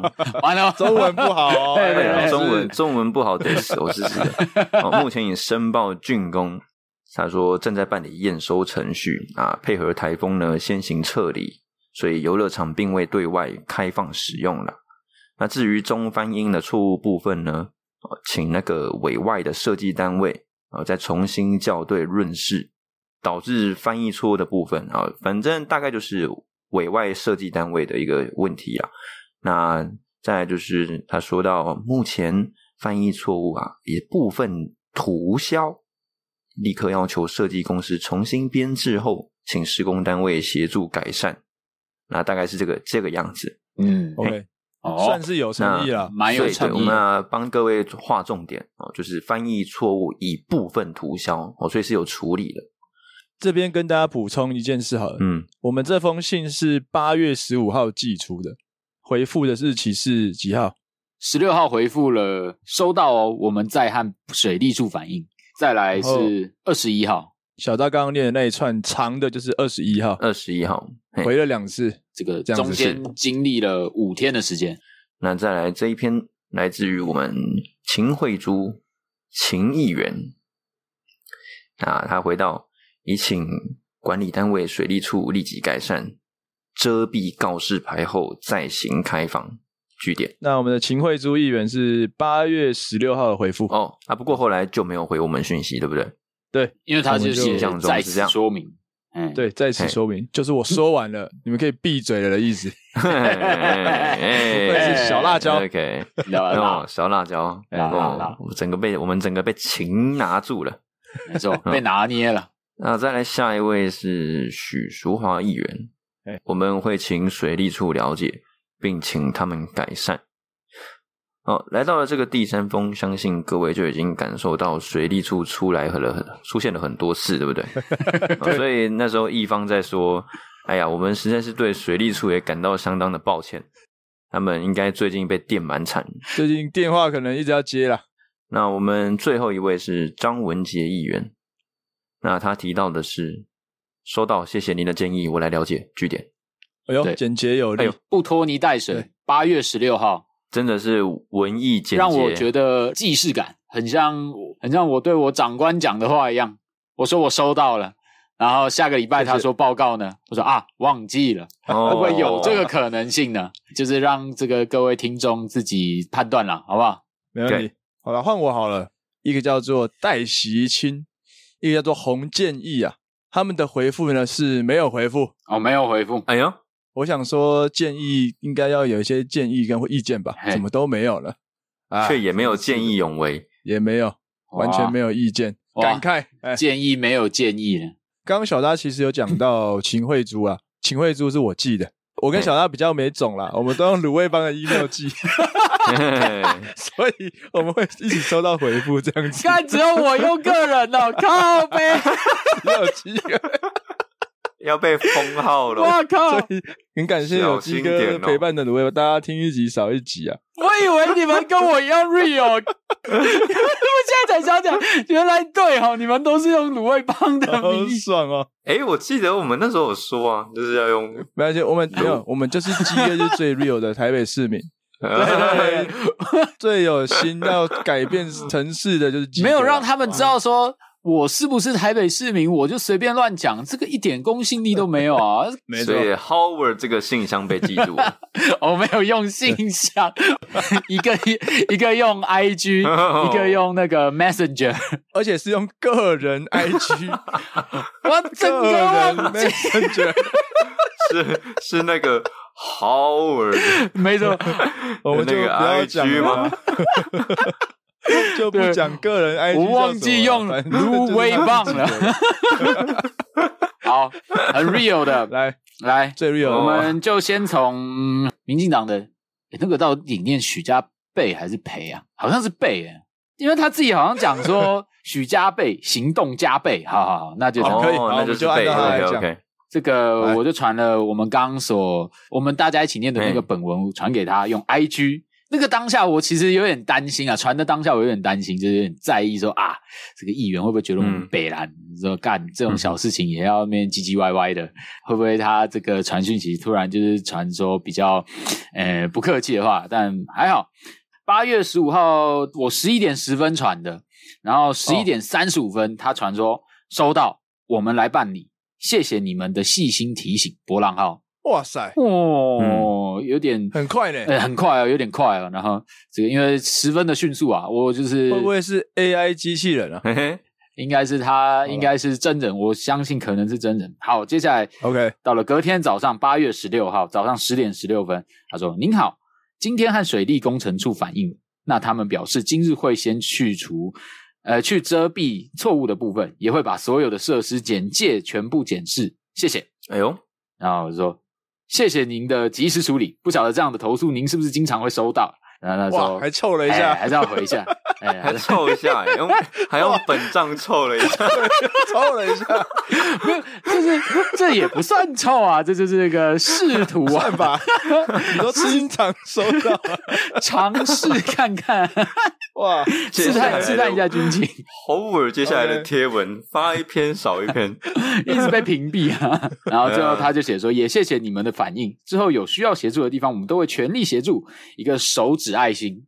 Speaker 2: 完了，
Speaker 1: 中文不好哦，
Speaker 2: 对对
Speaker 1: 哎老
Speaker 2: 对
Speaker 1: 师
Speaker 3: 中文中文不好得死，我是指的。哦，目前已申报竣工，他说正在办理验收程序啊，配合台风呢先行撤离，所以游乐场并未对外开放使用了。那至于中翻英的错误部分呢，哦请那个委外的设计单位啊再重新哦校对润饰，导致翻译错误的部分啊，反正大概就是委外设计单位的一个问题啊。那再来就是他说到目前翻译错误啊，也部分涂销，立刻要求设计公司重新编制后，请施工单位协助改善。那大概是这个这个样子。
Speaker 2: 嗯，
Speaker 3: 哎
Speaker 1: ，OK，
Speaker 2: 哦
Speaker 1: 算，是有诚意了。
Speaker 2: 蛮有
Speaker 3: 对
Speaker 2: 诚
Speaker 3: 对，我
Speaker 2: 意
Speaker 3: 们。要帮各位划重点哦，就是翻译错误以部分涂销哦，所以是有处理的。
Speaker 1: 这边跟大家补充一件事好了，
Speaker 3: 嗯，
Speaker 1: 我们这封信是八月十五号寄出的，回复的日期是几号？
Speaker 2: 十六号回复了，收到哦，我们再和水利处反映。再来是二十一号，
Speaker 1: 小大刚刚念的那一串长的就是二十一号，
Speaker 3: 二十一号。呃嘿
Speaker 1: 回了两次。
Speaker 2: 这个
Speaker 1: 这样
Speaker 2: 中
Speaker 1: 子
Speaker 2: 间经历了五天的时间。
Speaker 3: 那再来这一篇来自于我们秦惠珠秦议员，啊，他回到已请管理单位水利处立即改善遮蔽告示牌后再行开放据点。
Speaker 1: 那我们的秦惠珠议员是八月十六号的回复，
Speaker 3: 哦啊，不过后来就没有回我们讯息，对不对？
Speaker 2: 因为他就
Speaker 1: 我
Speaker 2: 是
Speaker 1: 们就
Speaker 2: 在此说明，嗯，，
Speaker 1: 对，在此说明，就是我说完 了，你们可以闭嘴了的意思。
Speaker 3: 哎
Speaker 2: 是小
Speaker 1: 辣椒
Speaker 3: OK，
Speaker 2: 你 知道
Speaker 3: 哦
Speaker 2: 吧，？
Speaker 3: 小辣椒，
Speaker 2: 辣辣
Speaker 3: 哦
Speaker 2: 辣，
Speaker 3: 我们整个被我们整个被擒拿住了。
Speaker 2: 没错，
Speaker 1: 嗯
Speaker 2: 被拿捏了。
Speaker 3: 那再来下一位是许淑华议员
Speaker 1: 哎，
Speaker 3: 我们会请水利处了解，并请他们改善。好，来到了这个第三封，相信各位就已经感受到水利处出来了出现了很多次，对不对？哦所以那时候一方在说：“哎呀，我们实在是对水利处也感到相当的抱歉，他们应该最近被电蛮惨。”
Speaker 1: 最近电话可能一直要接啦。
Speaker 3: 那我们最后一位是张文杰议员，那他提到的是收到，谢谢您的建议，我来了解。据点
Speaker 1: 哎呦，
Speaker 2: 对
Speaker 1: 简洁有力，
Speaker 2: 不拖泥带水
Speaker 1: 对。
Speaker 2: 八月十六号，
Speaker 3: 真的是文艺简洁，
Speaker 2: 让我觉得既视感，很像很像我对我长官讲的话一样。我说我收到了，然后下个礼拜他说报告呢，我说啊忘记了，
Speaker 3: 哦
Speaker 2: 会不会
Speaker 1: 啊
Speaker 2: 有这个可能性呢？就是让这个各位听众自己判断了，好不好？
Speaker 1: 没问题。好了，换我好了。一个叫做戴习清，一个叫做洪建义啊。他们的回复呢是没有回复。
Speaker 2: 哦，没有回复，
Speaker 3: 哎呦，
Speaker 1: 我想说，建议应该要有一些建议跟意见吧，
Speaker 2: 嘿
Speaker 1: 怎么都没有了啊？
Speaker 3: 却也没有见义 勇为，
Speaker 1: 也没有， 完全没有意见，
Speaker 2: 哇
Speaker 1: 感慨。哎，
Speaker 2: 建议，没有建议呢。
Speaker 1: 刚刚小大其实有讲到秦惠珠啊，秦惠珠是我记的，我跟小大比较没种啦，我们都用卤味帮的 email 记，所以我们会一起收到回复这样子，
Speaker 2: 看，只有我用个人 了，靠呗！
Speaker 1: 只有七个，
Speaker 3: 要被封号了。
Speaker 2: 我靠！
Speaker 1: 所以很感谢有七
Speaker 3: 小心
Speaker 1: 哥
Speaker 3: 点哦
Speaker 1: 陪伴的卤味，大家听一集少一集啊，
Speaker 2: 我以为你们跟我一样 real，我现在才想想，原来对哦，你们都是用卤味帮的
Speaker 1: 好
Speaker 2: 名义。
Speaker 1: 爽 哦！
Speaker 3: 哎，我记得我们那时候有说啊，就是 要用，
Speaker 1: 没关系，我们没有，我们就是七哥是最 real 的台北 市民，
Speaker 3: 呃
Speaker 2: 对
Speaker 1: 最有心要改变城市的就是鸡哥
Speaker 2: 没
Speaker 1: 啊
Speaker 2: 有让他们知道说我是不是台北市民，我就随便乱讲，这个一点公信力都没有啊！
Speaker 1: 没错
Speaker 3: 所，以 Howard 这个信箱被记住了。
Speaker 2: 我没有用信箱，一个一个用 IG，一个用那个 Messenger，
Speaker 1: 而且是用个人 IG，
Speaker 2: 我整
Speaker 1: 个
Speaker 2: 个
Speaker 1: 人
Speaker 2: 忘记
Speaker 1: Messenger。
Speaker 3: 是是那个 Howard
Speaker 2: 没错，
Speaker 1: 我们就
Speaker 3: 那
Speaker 1: 不
Speaker 3: 个
Speaker 1: 要讲
Speaker 3: IG
Speaker 1: 了
Speaker 3: 吗？
Speaker 1: 就不讲个人 IG，
Speaker 2: 我忘记用
Speaker 1: 叫什么了
Speaker 2: 芦苇棒
Speaker 1: 反
Speaker 2: 了。
Speaker 1: 正就是他自己
Speaker 2: 好，很
Speaker 1: 的
Speaker 2: real 的，
Speaker 1: 来，
Speaker 2: 来，
Speaker 1: 最 real，
Speaker 2: 我
Speaker 1: 的
Speaker 2: 们就先从民进党的诶那个到底念许家贝还是培啊？好像是贝耶，因为他自己好像讲 说许家贝行动加倍，好好好，那就这样
Speaker 1: 好可以
Speaker 3: 哦那就是
Speaker 1: 我们就按
Speaker 3: 背
Speaker 1: 照他来
Speaker 3: OK
Speaker 1: 讲
Speaker 3: OK，
Speaker 2: 这个
Speaker 1: 来
Speaker 2: 我就传了我们刚刚所我们大家一起念的那个本文传给他，用 IG。那个当下我其实有点担心啊，传的当下我有点担心，就是有点在意说啊，这个议员会不会觉得我们
Speaker 3: 嗯
Speaker 2: 北蓝、说干这种小事情也要那边唧唧歪歪的，会不会他这个传讯息突然就是传说比较呃不客气的话？但还好，八月十五号我十一点十分传的，然后十一点三十五分，他传说收到，我们来办理，谢谢你们的细心提醒，波浪号。
Speaker 1: 哇塞，
Speaker 2: 哦，有点
Speaker 1: 很快呢
Speaker 2: 呃，，很快哦，有点快哦。然后这个因为十分的迅速啊，我就是
Speaker 1: 会不会是 AI 机器人啊？
Speaker 3: 嘿嘿，
Speaker 2: 应该是他，
Speaker 1: 了
Speaker 2: 应该是真人，我相信可能是真人。好，接下来
Speaker 1: OK
Speaker 2: 到了隔天早上八月十六号早上十点十六分，他说：“您好，今天和水利工程处反映，那他们表示今日会先去除，呃，去遮蔽错误的部分，也会把所有的设施简介全部检视，谢谢。”
Speaker 3: 哎呦，
Speaker 2: 然后我就说：“谢谢您的及时处理，不晓得这样的投诉您是不是经常会收到？”然后他
Speaker 1: 哇，
Speaker 2: 说：“
Speaker 1: 还凑了一
Speaker 2: 哎
Speaker 1: 下，
Speaker 2: 还是要回一下，哎，还
Speaker 3: 还
Speaker 2: 是
Speaker 3: 凑一下，用还用本账凑了一下，
Speaker 1: 凑了一 下，
Speaker 2: 就是 这也不算臭啊，这就是个试 图啊，
Speaker 1: 算吧。你说经常收到，
Speaker 2: 尝试看 看，
Speaker 1: 哇，
Speaker 3: 接
Speaker 2: 试
Speaker 3: 下来
Speaker 2: 探试探一下军 情，
Speaker 3: 侯尔接下来的贴文发一篇少一篇，
Speaker 2: 一直被屏蔽啊。 然后最
Speaker 3: 对
Speaker 2: 后
Speaker 3: 啊
Speaker 2: 他就写说，也谢谢你们的反应，之后有需要协助的地方，我们都会全力协助。一个手指爱心，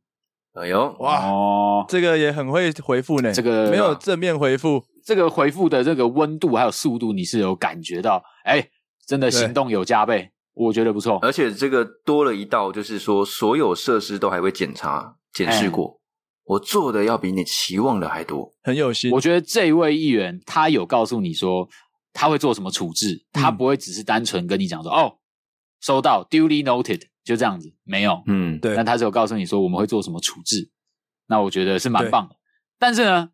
Speaker 3: 哎呦，
Speaker 1: 哇
Speaker 2: 哦，
Speaker 1: 这个也很会回复呢。
Speaker 2: 这个
Speaker 1: 没有正面回复，
Speaker 2: 这个回复的这个温度还有速度，你是有感觉到，哎，真的
Speaker 1: 对
Speaker 2: 行动有加倍，我觉得不错。
Speaker 3: 而且这个多了一道，就是说所有设施都还会检查检视过，我做的要比你期望的还多。
Speaker 1: 很有心
Speaker 2: 我。觉得这位议员他有告诉你说他会做什么处置，他
Speaker 1: 嗯
Speaker 2: 不会只是单纯跟你讲说、哦，收到，duly noted，就这样子，没有。
Speaker 3: 嗯，
Speaker 1: 对
Speaker 2: 但他只有告诉你说我们会做什么处置，那我觉得是蛮
Speaker 1: 对
Speaker 2: 棒的。但是呢，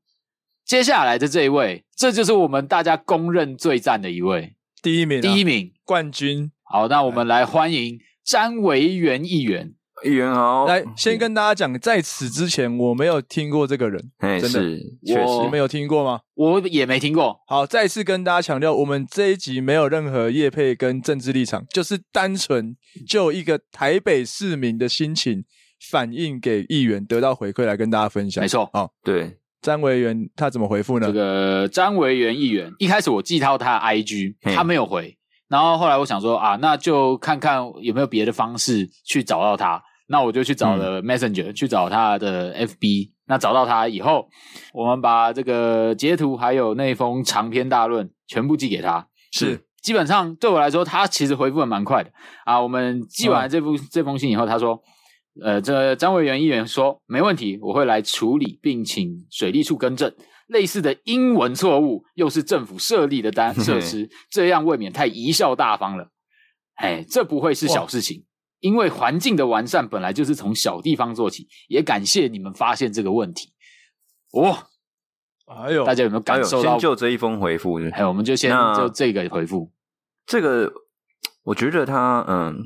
Speaker 2: 接下来的这一位，这就是我们大家公认最赞的一位，
Speaker 1: 第一名啊，
Speaker 2: 第一名。
Speaker 1: 冠军。
Speaker 2: 好，那我们来欢迎詹维元议员。
Speaker 3: 议员
Speaker 2: 哦
Speaker 3: 好，
Speaker 1: 来，先跟大家讲，在此之前我没有听过这个人，
Speaker 3: 哎
Speaker 1: 真的
Speaker 3: 是确
Speaker 2: 我
Speaker 1: 你们
Speaker 3: 实
Speaker 1: 有听过吗？
Speaker 2: 我也没听过，
Speaker 1: 好，再次跟大家强调，我们这一集没有任何业配跟政治立场，就是单纯就一个台北市民的心情反映给议员，得到回馈来跟大家分享。
Speaker 2: 没错
Speaker 1: 哦，
Speaker 3: 对，
Speaker 1: 詹维元他怎么回复呢？
Speaker 2: 这个张维元议员一开始我记到他的 IG，
Speaker 3: 嘿
Speaker 2: 他没有回，然后后来我想说啊，那就看看有没有别的方式去找到他。那我就去找了 Messenger，、去找他的 FB。那找到他以后，我们把这个截图还有那封长篇大论全部寄给他。
Speaker 1: 是
Speaker 2: 基本上对我来说，他其实回复的蛮快的啊。我们寄
Speaker 3: 嗯
Speaker 2: 完这封、这封信以后，他说，呃，这张委员议员说没问题，我会来处理，并请水利处更正。类似的英文错误，又是政府设立的单设施，这样未免太贻笑大方了。哎，这不会是小事情，因为环境的完善本来就是从小地方做起。也感谢你们发现这个问题。哦，
Speaker 1: 哎呦，
Speaker 2: 大家有没有
Speaker 3: 哎
Speaker 2: 感
Speaker 3: 呦，
Speaker 2: 受到
Speaker 3: 先？就这一封回复，
Speaker 2: 哎，我们就先
Speaker 3: 那
Speaker 2: 就这个回复。
Speaker 3: 这个，我觉得他，嗯，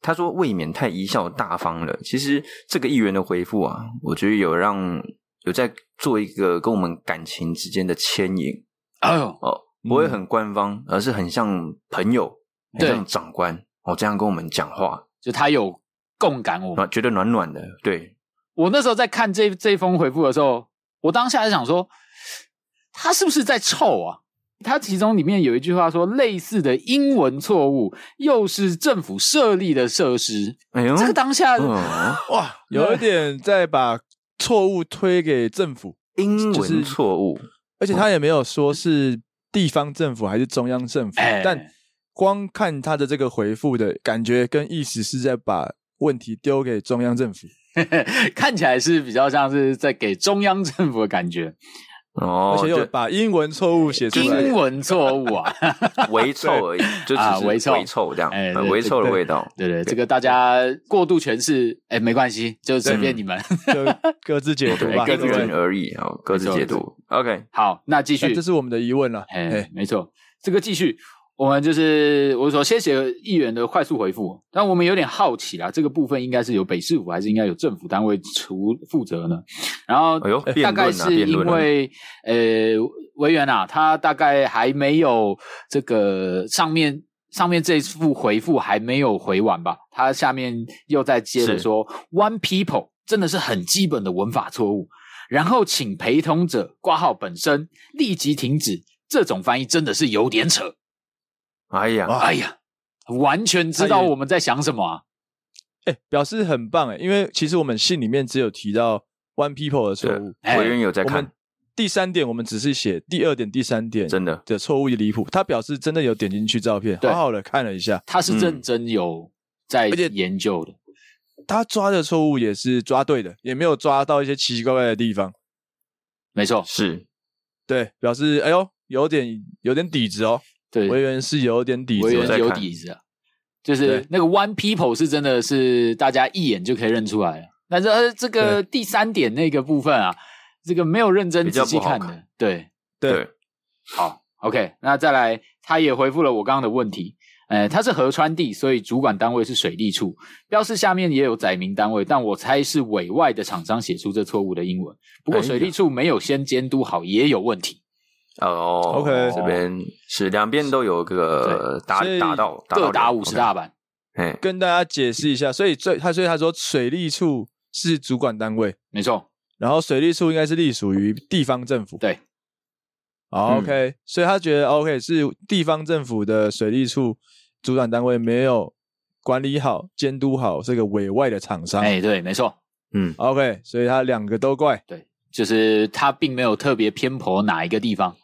Speaker 3: 他说未免太贻笑大方了。其实这个议员的回复啊，我觉得有让有在做一个跟我们感情之间的牵引
Speaker 2: 哎呦，
Speaker 3: 哦，不会很官方，而是很像朋友，很
Speaker 2: 对
Speaker 3: 像长官哦，这样跟我们讲话，
Speaker 2: 就他有共感我
Speaker 3: 啊，觉得暖暖的。对，
Speaker 2: 我那时候在看这这封回复的时候，我当下就想说，他是不是在臭啊？他其中里面有一句话说，类似的英文错误又是政府设立的设施，
Speaker 3: 哎呦，
Speaker 2: 这个当下、
Speaker 3: 嗯，
Speaker 1: 哇，有一点在把错误推给政府，
Speaker 3: 英
Speaker 1: 就是
Speaker 3: 文错误，
Speaker 1: 而且他也没有说是地方政府还是中央政府，
Speaker 2: 哎
Speaker 1: 但光看他的这个回复的感觉跟意思是在把问题丢给中央政府，
Speaker 2: 看起来是比较像是在给中央政府的感觉，
Speaker 3: 哦
Speaker 1: 而，且 又
Speaker 3: 就
Speaker 1: 把英文错误写出
Speaker 2: 英
Speaker 1: 来。
Speaker 2: 文错误 啊。
Speaker 3: 微臭而已，就只
Speaker 2: 啊
Speaker 3: 是
Speaker 2: 微臭
Speaker 3: 微臭这样，
Speaker 2: 哎
Speaker 3: 呃
Speaker 2: 对
Speaker 3: 微臭的
Speaker 1: 对
Speaker 3: 味道。
Speaker 2: 对对，这个大家过度诠释，哎，没关系，就随
Speaker 3: 嗯
Speaker 2: 便你们。
Speaker 1: 就各自解读
Speaker 3: 对，
Speaker 1: 吧，
Speaker 2: 各
Speaker 3: 各
Speaker 2: 自
Speaker 3: 自
Speaker 1: 对不对
Speaker 2: 解
Speaker 3: 而已，好，各自解读。OK，
Speaker 2: 好，那继续
Speaker 1: 哎那这。是我们的疑问了。
Speaker 2: 哎
Speaker 1: 哎，，
Speaker 2: 没错，这个继续，我们就是我所谢谢议员的快速回复，哦但我们有点好奇啦，这个部分应该是由北市府还是应该有政府单位出负责呢？然后呃
Speaker 3: 哎呦，
Speaker 2: 大
Speaker 3: 辩
Speaker 2: 概
Speaker 3: 论啊，
Speaker 2: 是
Speaker 3: 辩
Speaker 2: 因
Speaker 3: 论啊，
Speaker 2: 为呃，维园啊，他大概还没有这个上面上面这副回复还没有回完吧？他下面又在接着
Speaker 3: 是
Speaker 2: 说，One people 真的是很基本的文法错误，然后请陪同者挂号本身立即停止，这种翻译真的是有点扯。
Speaker 3: 哎呀，
Speaker 1: 哇
Speaker 2: 哎呀，完全知道
Speaker 1: 他也
Speaker 2: 我们在想什么啊！
Speaker 1: 哎，表示很棒哎，因为其实我们信里面只有提到 one people 的错
Speaker 3: 对
Speaker 1: 误，，
Speaker 2: 哎
Speaker 3: 委员有在
Speaker 1: 我们
Speaker 3: 看，
Speaker 1: 第三点我们只是写第二点、第三点
Speaker 3: 真的，
Speaker 1: 的错误离谱。他表示真的有点进去照片，
Speaker 2: 对
Speaker 1: 好好的看了一下，
Speaker 2: 他是
Speaker 3: 嗯
Speaker 2: 认真有在
Speaker 1: 而且
Speaker 2: 研究的，
Speaker 1: 他抓的错误也是抓对的，也没有抓到一些奇奇怪怪的地方。
Speaker 2: 没错。
Speaker 3: 是
Speaker 1: 对，表示哎呦，有点有点底子哦，
Speaker 2: 对，
Speaker 1: 维园是有点底子哦
Speaker 2: 我
Speaker 3: 有
Speaker 1: 的，
Speaker 3: 我
Speaker 2: 人
Speaker 3: 在
Speaker 2: 有
Speaker 3: 看
Speaker 2: 底子啊，就是
Speaker 1: 对
Speaker 2: 那个 One People 是真的是大家一眼就可以认出来了。但是呃，这个第三点那个部分啊，这个没有认真
Speaker 3: 比
Speaker 2: 仔
Speaker 3: 较
Speaker 2: 细
Speaker 3: 不好
Speaker 2: 看
Speaker 3: 看
Speaker 2: 的，对，
Speaker 1: 对，
Speaker 2: 好，OK，那再来，他也回复了我刚刚的问题。呃，它是河川地，所以主管单位是水利处。标示下面也有载明单位，但我猜是委外的厂商写出这错误的英文。不过
Speaker 3: 哎呀
Speaker 2: 水利处没有先监督好，也有问题。
Speaker 3: 哦
Speaker 1: OK
Speaker 3: 这边是两边都有个打
Speaker 1: 所以
Speaker 3: 打到
Speaker 2: 各打
Speaker 3: 两
Speaker 2: 五十，大板，
Speaker 3: 哎，嘿
Speaker 1: 跟大家解释一下，所以最他所以他说水利处是主管单位，
Speaker 2: 没错，
Speaker 1: 然后水利处应该是隶属于地方政府。
Speaker 2: 对
Speaker 1: 好、
Speaker 3: 嗯
Speaker 1: o k 所以他觉得 OK 是地方政府的水利处主管单位没有管理好、监督好这个委外的厂商。
Speaker 2: 哎，对，没错，
Speaker 3: 嗯，
Speaker 1: OK，所以他两个都怪，
Speaker 2: 就是他并没有特别偏颇哪一个地方。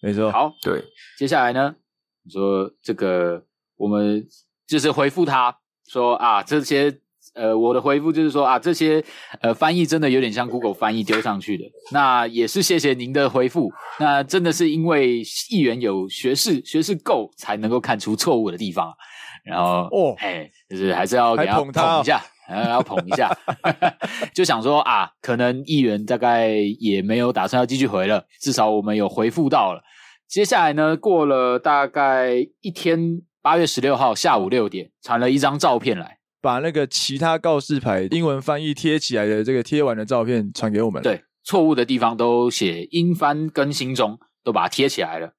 Speaker 1: 没错。
Speaker 2: 好，
Speaker 3: 对，
Speaker 2: 接下来呢，你说这个我们就是回复他说啊，这些呃，我的回复就是说啊，这些呃翻译真的有点像 Google 翻译丢上去的。那也是谢谢您的回复，那真的是因为议员有学士学士够才能够看出错误的地方啊，然后
Speaker 1: 哦
Speaker 2: 哎，就是还是要给
Speaker 1: 还
Speaker 2: 他
Speaker 1: 捧他哦
Speaker 2: 捧一下。然后要捧一下， 就想说啊，可能议员大概也没有打算要继续回了，至少我们有回复到了。接下来呢，过了大概一天，八月十六号下午六点，传了一张照片来。
Speaker 1: 把那个其他告示牌英文翻译贴起来的这个贴完的照片传给我们，，
Speaker 2: 对，错误的地方都写英翻更新中，都把它贴起来了。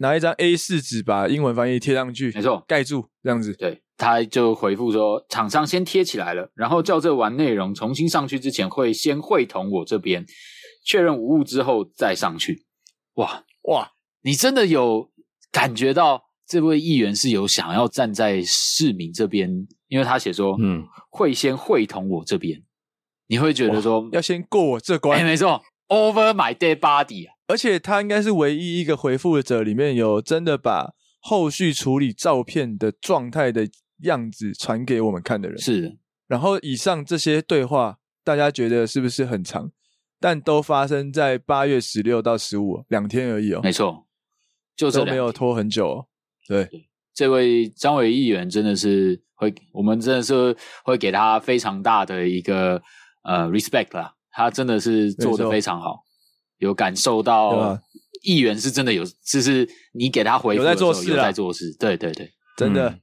Speaker 1: 拿一张 A 4纸把英文翻译贴上去，
Speaker 2: 没错
Speaker 1: 盖住这样子。
Speaker 2: 对，他就回复说，厂商先贴起来了，然后校正完内容重新上去之前，会先会同我这边确认无误之后再上去。哇，
Speaker 1: 哇，
Speaker 2: 你真的有感觉到这位议员是有想要站在市民这边，因为他写说，
Speaker 3: 嗯，
Speaker 2: 会先会同我这边，你会觉得说，
Speaker 1: 要先过我这
Speaker 2: 哎、
Speaker 1: 关，
Speaker 2: 没错，over my dead body 啊，
Speaker 1: 而且他应该是唯一一个回复者里面有真的把后续处理照片的状态的样子传给我们看的人。
Speaker 2: 是的
Speaker 1: 然后以上这些对话，大家觉得是不是很长？但都发生在八月十六到十五两天而已哦，
Speaker 2: 没错，就这
Speaker 1: 都
Speaker 2: 两
Speaker 1: 没有拖很久哦。对，
Speaker 2: 这位张伟议员真的是会，我们真的是会给他非常大的一个呃 respect 啦，他真的是做
Speaker 1: 没
Speaker 2: 的
Speaker 1: 错
Speaker 2: 非常好，有感受
Speaker 1: 对
Speaker 2: 到
Speaker 1: 吧
Speaker 2: 议员是真的有，就是你给他回复
Speaker 1: 有在
Speaker 2: 的时候
Speaker 1: 做事啊
Speaker 2: 有
Speaker 1: 啦
Speaker 2: 在做事，对对对，
Speaker 1: 真的、
Speaker 3: 嗯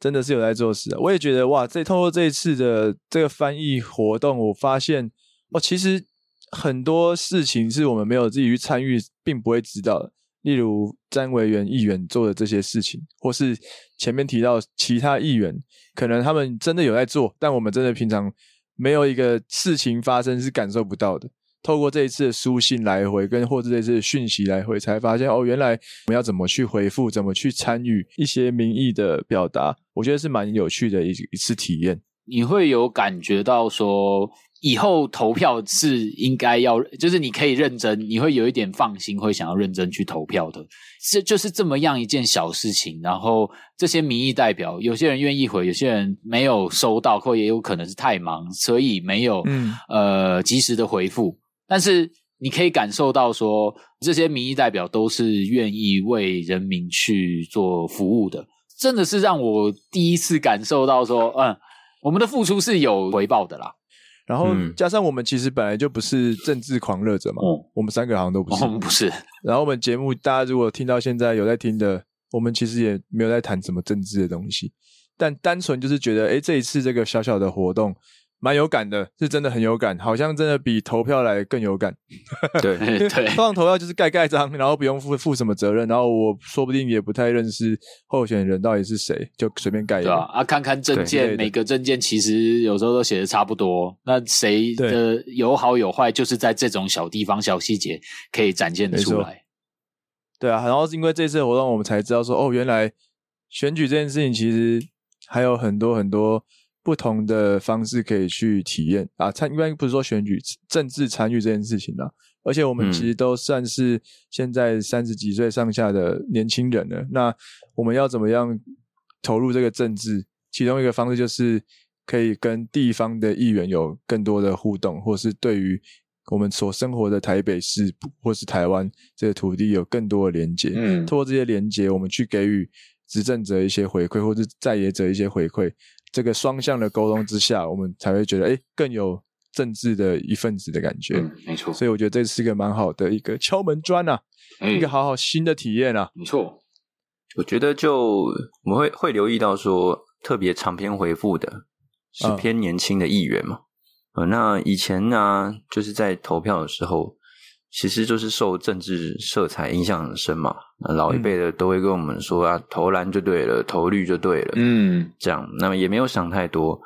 Speaker 1: 真的是有在做事啊！我也觉得哇，这通过这一次的这个翻译活动，我发现哦，其实很多事情是我们没有自己去参与，并不会知道的。例如詹委员议员做的这些事情，或是前面提到其他议员，可能他们真的有在做，但我们真的平常没有一个事情发生是感受不到的。透过这一次的书信来回，跟或者这一次的讯息来回，才发现哦，原来我们要怎么去回复，怎么去参与一些民意的表达，我觉得是蛮有趣的一一次体验。
Speaker 2: 你会有感觉到说。以后投票是应该要，就是你可以认真，你会有一点放心，会想要认真去投票的。这就是这么样一件小事情，然后这些民意代表，有些人愿意回，有些人没有收到，或也有可能是太忙，所以没有、
Speaker 1: 嗯，
Speaker 2: 呃及时的回复。但是你可以感受到说，这些民意代表都是愿意为人民去做服务的，真的是让我第一次感受到说，嗯，我们的付出是有回报的啦。
Speaker 1: 然后
Speaker 3: 嗯
Speaker 1: 加上我们其实本来就不是政治狂热者嘛，
Speaker 2: 嗯哦
Speaker 1: 我们三个好像都不是
Speaker 2: 我。们不是，
Speaker 1: 然后我们节目大家如果听到现在有在听的，我们其实也没有在谈什么政治的东西，但单纯就是觉得，诶，这一次这个小小的活动蛮有感的，是真的很有感，好像真的比投票来得更有感。
Speaker 3: 对，
Speaker 2: 对 对
Speaker 1: 通常投票就是盖盖章，然后不用负负什么责任，然后我说不定也不太认识候选人到底是谁，就随便盖一个。
Speaker 2: 吧？啊，看看证
Speaker 1: 对
Speaker 2: 件，
Speaker 1: 对对
Speaker 2: 每个证件其实有时候都写的差不多，那谁的有好有坏，就是在这种小地方、小细节可以展现的出
Speaker 1: 没错
Speaker 2: 来。
Speaker 1: 对啊，然后是因为这次活动，我们才知道说，哦，原来选举这件事情其实还有很多很多不同的方式可以去体验啊。参，一般不是说选举政治参与这件事情啦、而且我们
Speaker 3: 嗯
Speaker 1: 其实都算是现在三十几岁上下的年轻人了。那我们要怎么样投入这个政治？其中一个方式就是可以跟地方的议员有更多的互动，或是对于我们所生活的台北市或是台湾这个土地有更多的连接。
Speaker 2: 嗯
Speaker 1: 通过这些连接，我们去给予执政者一些回馈，或是在野者一些回馈。这个双向的沟通之下，我们才会觉得，哎，更有政治的一份子的感觉。
Speaker 2: 嗯，没错，
Speaker 1: 所以我觉得这是一个蛮好的一个敲门砖啊，
Speaker 2: 哎
Speaker 1: 一个，好好新的体验啊。
Speaker 2: 没错，
Speaker 3: 我觉得就我们会会留意到说，特别长篇回复的是
Speaker 1: 嗯
Speaker 3: 偏年轻的议员嘛。呃，那以前呢、就是在投票的时候，其实就是受政治色彩影响很深嘛。那
Speaker 1: 嗯
Speaker 3: 老一辈的都会跟我们说啊，投蓝就对了，投绿就对了。
Speaker 2: 嗯
Speaker 3: 这样，那么也没有想太多。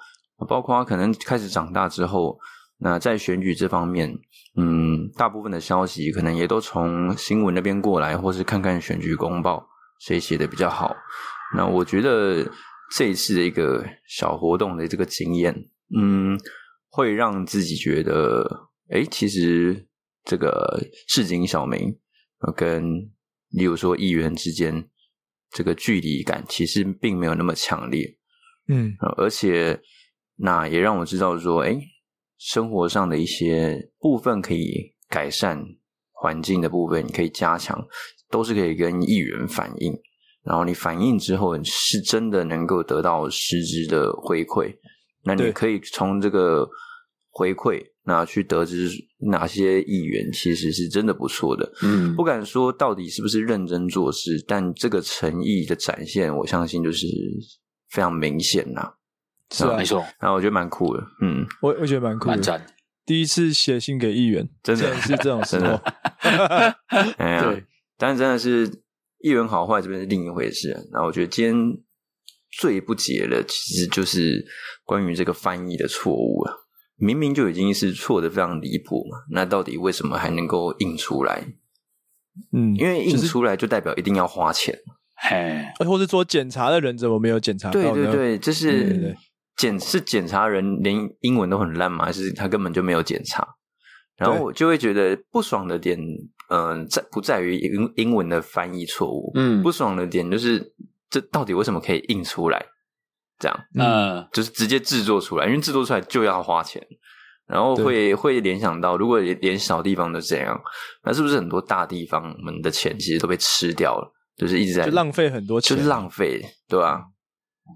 Speaker 3: 包括可能开始长大之后，那在选举这方面，嗯，大部分的消息可能也都从新闻那边过来，或是看看选举公报谁写的比较好。那我觉得这一次的一个小活动的这个经验，嗯，会让自己觉得，诶，其实这个市井小民呃跟例如说议员之间这个距离感，其实并没有那么强烈。
Speaker 1: 嗯
Speaker 3: 呃而且那也让我知道说，哎，生活上的一些部分可以改善，环境的部分可以加强，都是可以跟议员反映。然后你反映之后，是真的能够得到实质的回馈。那你
Speaker 1: 对
Speaker 3: 可以从这个回馈，那去得知哪些议员其实是真的不错的。
Speaker 2: 嗯
Speaker 3: 不敢说到底是不是认真做事，但这个诚意的展现，我相信就是非常明显呐、
Speaker 1: 是啊
Speaker 2: 没，错，
Speaker 3: 然后我觉得蛮酷的，嗯，
Speaker 1: 我我觉得蛮酷
Speaker 2: 蛮
Speaker 1: 的。
Speaker 2: 赞，
Speaker 1: 第一次写信给议员，
Speaker 3: 真的
Speaker 1: 竟然是这种时
Speaker 3: 真
Speaker 1: 候
Speaker 3: 的。哎呀
Speaker 1: 对，
Speaker 3: 但是真的是议员好坏这边是另一回事。那我觉得今天最不解的，其实就是关于这个翻译的错误啊，明明就已经是错的非常离谱嘛，那到底为什么还能够印出来？
Speaker 1: 嗯，
Speaker 3: 因为印
Speaker 1: 就是
Speaker 3: 出来就代表一定要花钱。
Speaker 2: 嘿，
Speaker 1: 哎或是说检查的人怎么没有检查到
Speaker 3: 对
Speaker 1: 呢？
Speaker 3: 对对，就
Speaker 1: 对对
Speaker 3: 是
Speaker 1: 对
Speaker 3: 检是检查人连英文都很烂吗？还是他根本就没有检查？然后
Speaker 1: 对
Speaker 3: 我就会觉得不爽的点，嗯、在不在于英英文的翻译错误，
Speaker 2: 嗯
Speaker 3: 不爽的点就是这到底为什么可以印出来？这样
Speaker 2: 呃，
Speaker 3: 就是直接制作出来，因为制作出来就要花钱，然后会会联想到，如果连连小地方都这样，那是不是很多大地方我们的钱其实都被吃掉了？就是一直在
Speaker 1: 就浪费很多钱，
Speaker 3: 就是浪费，对吧、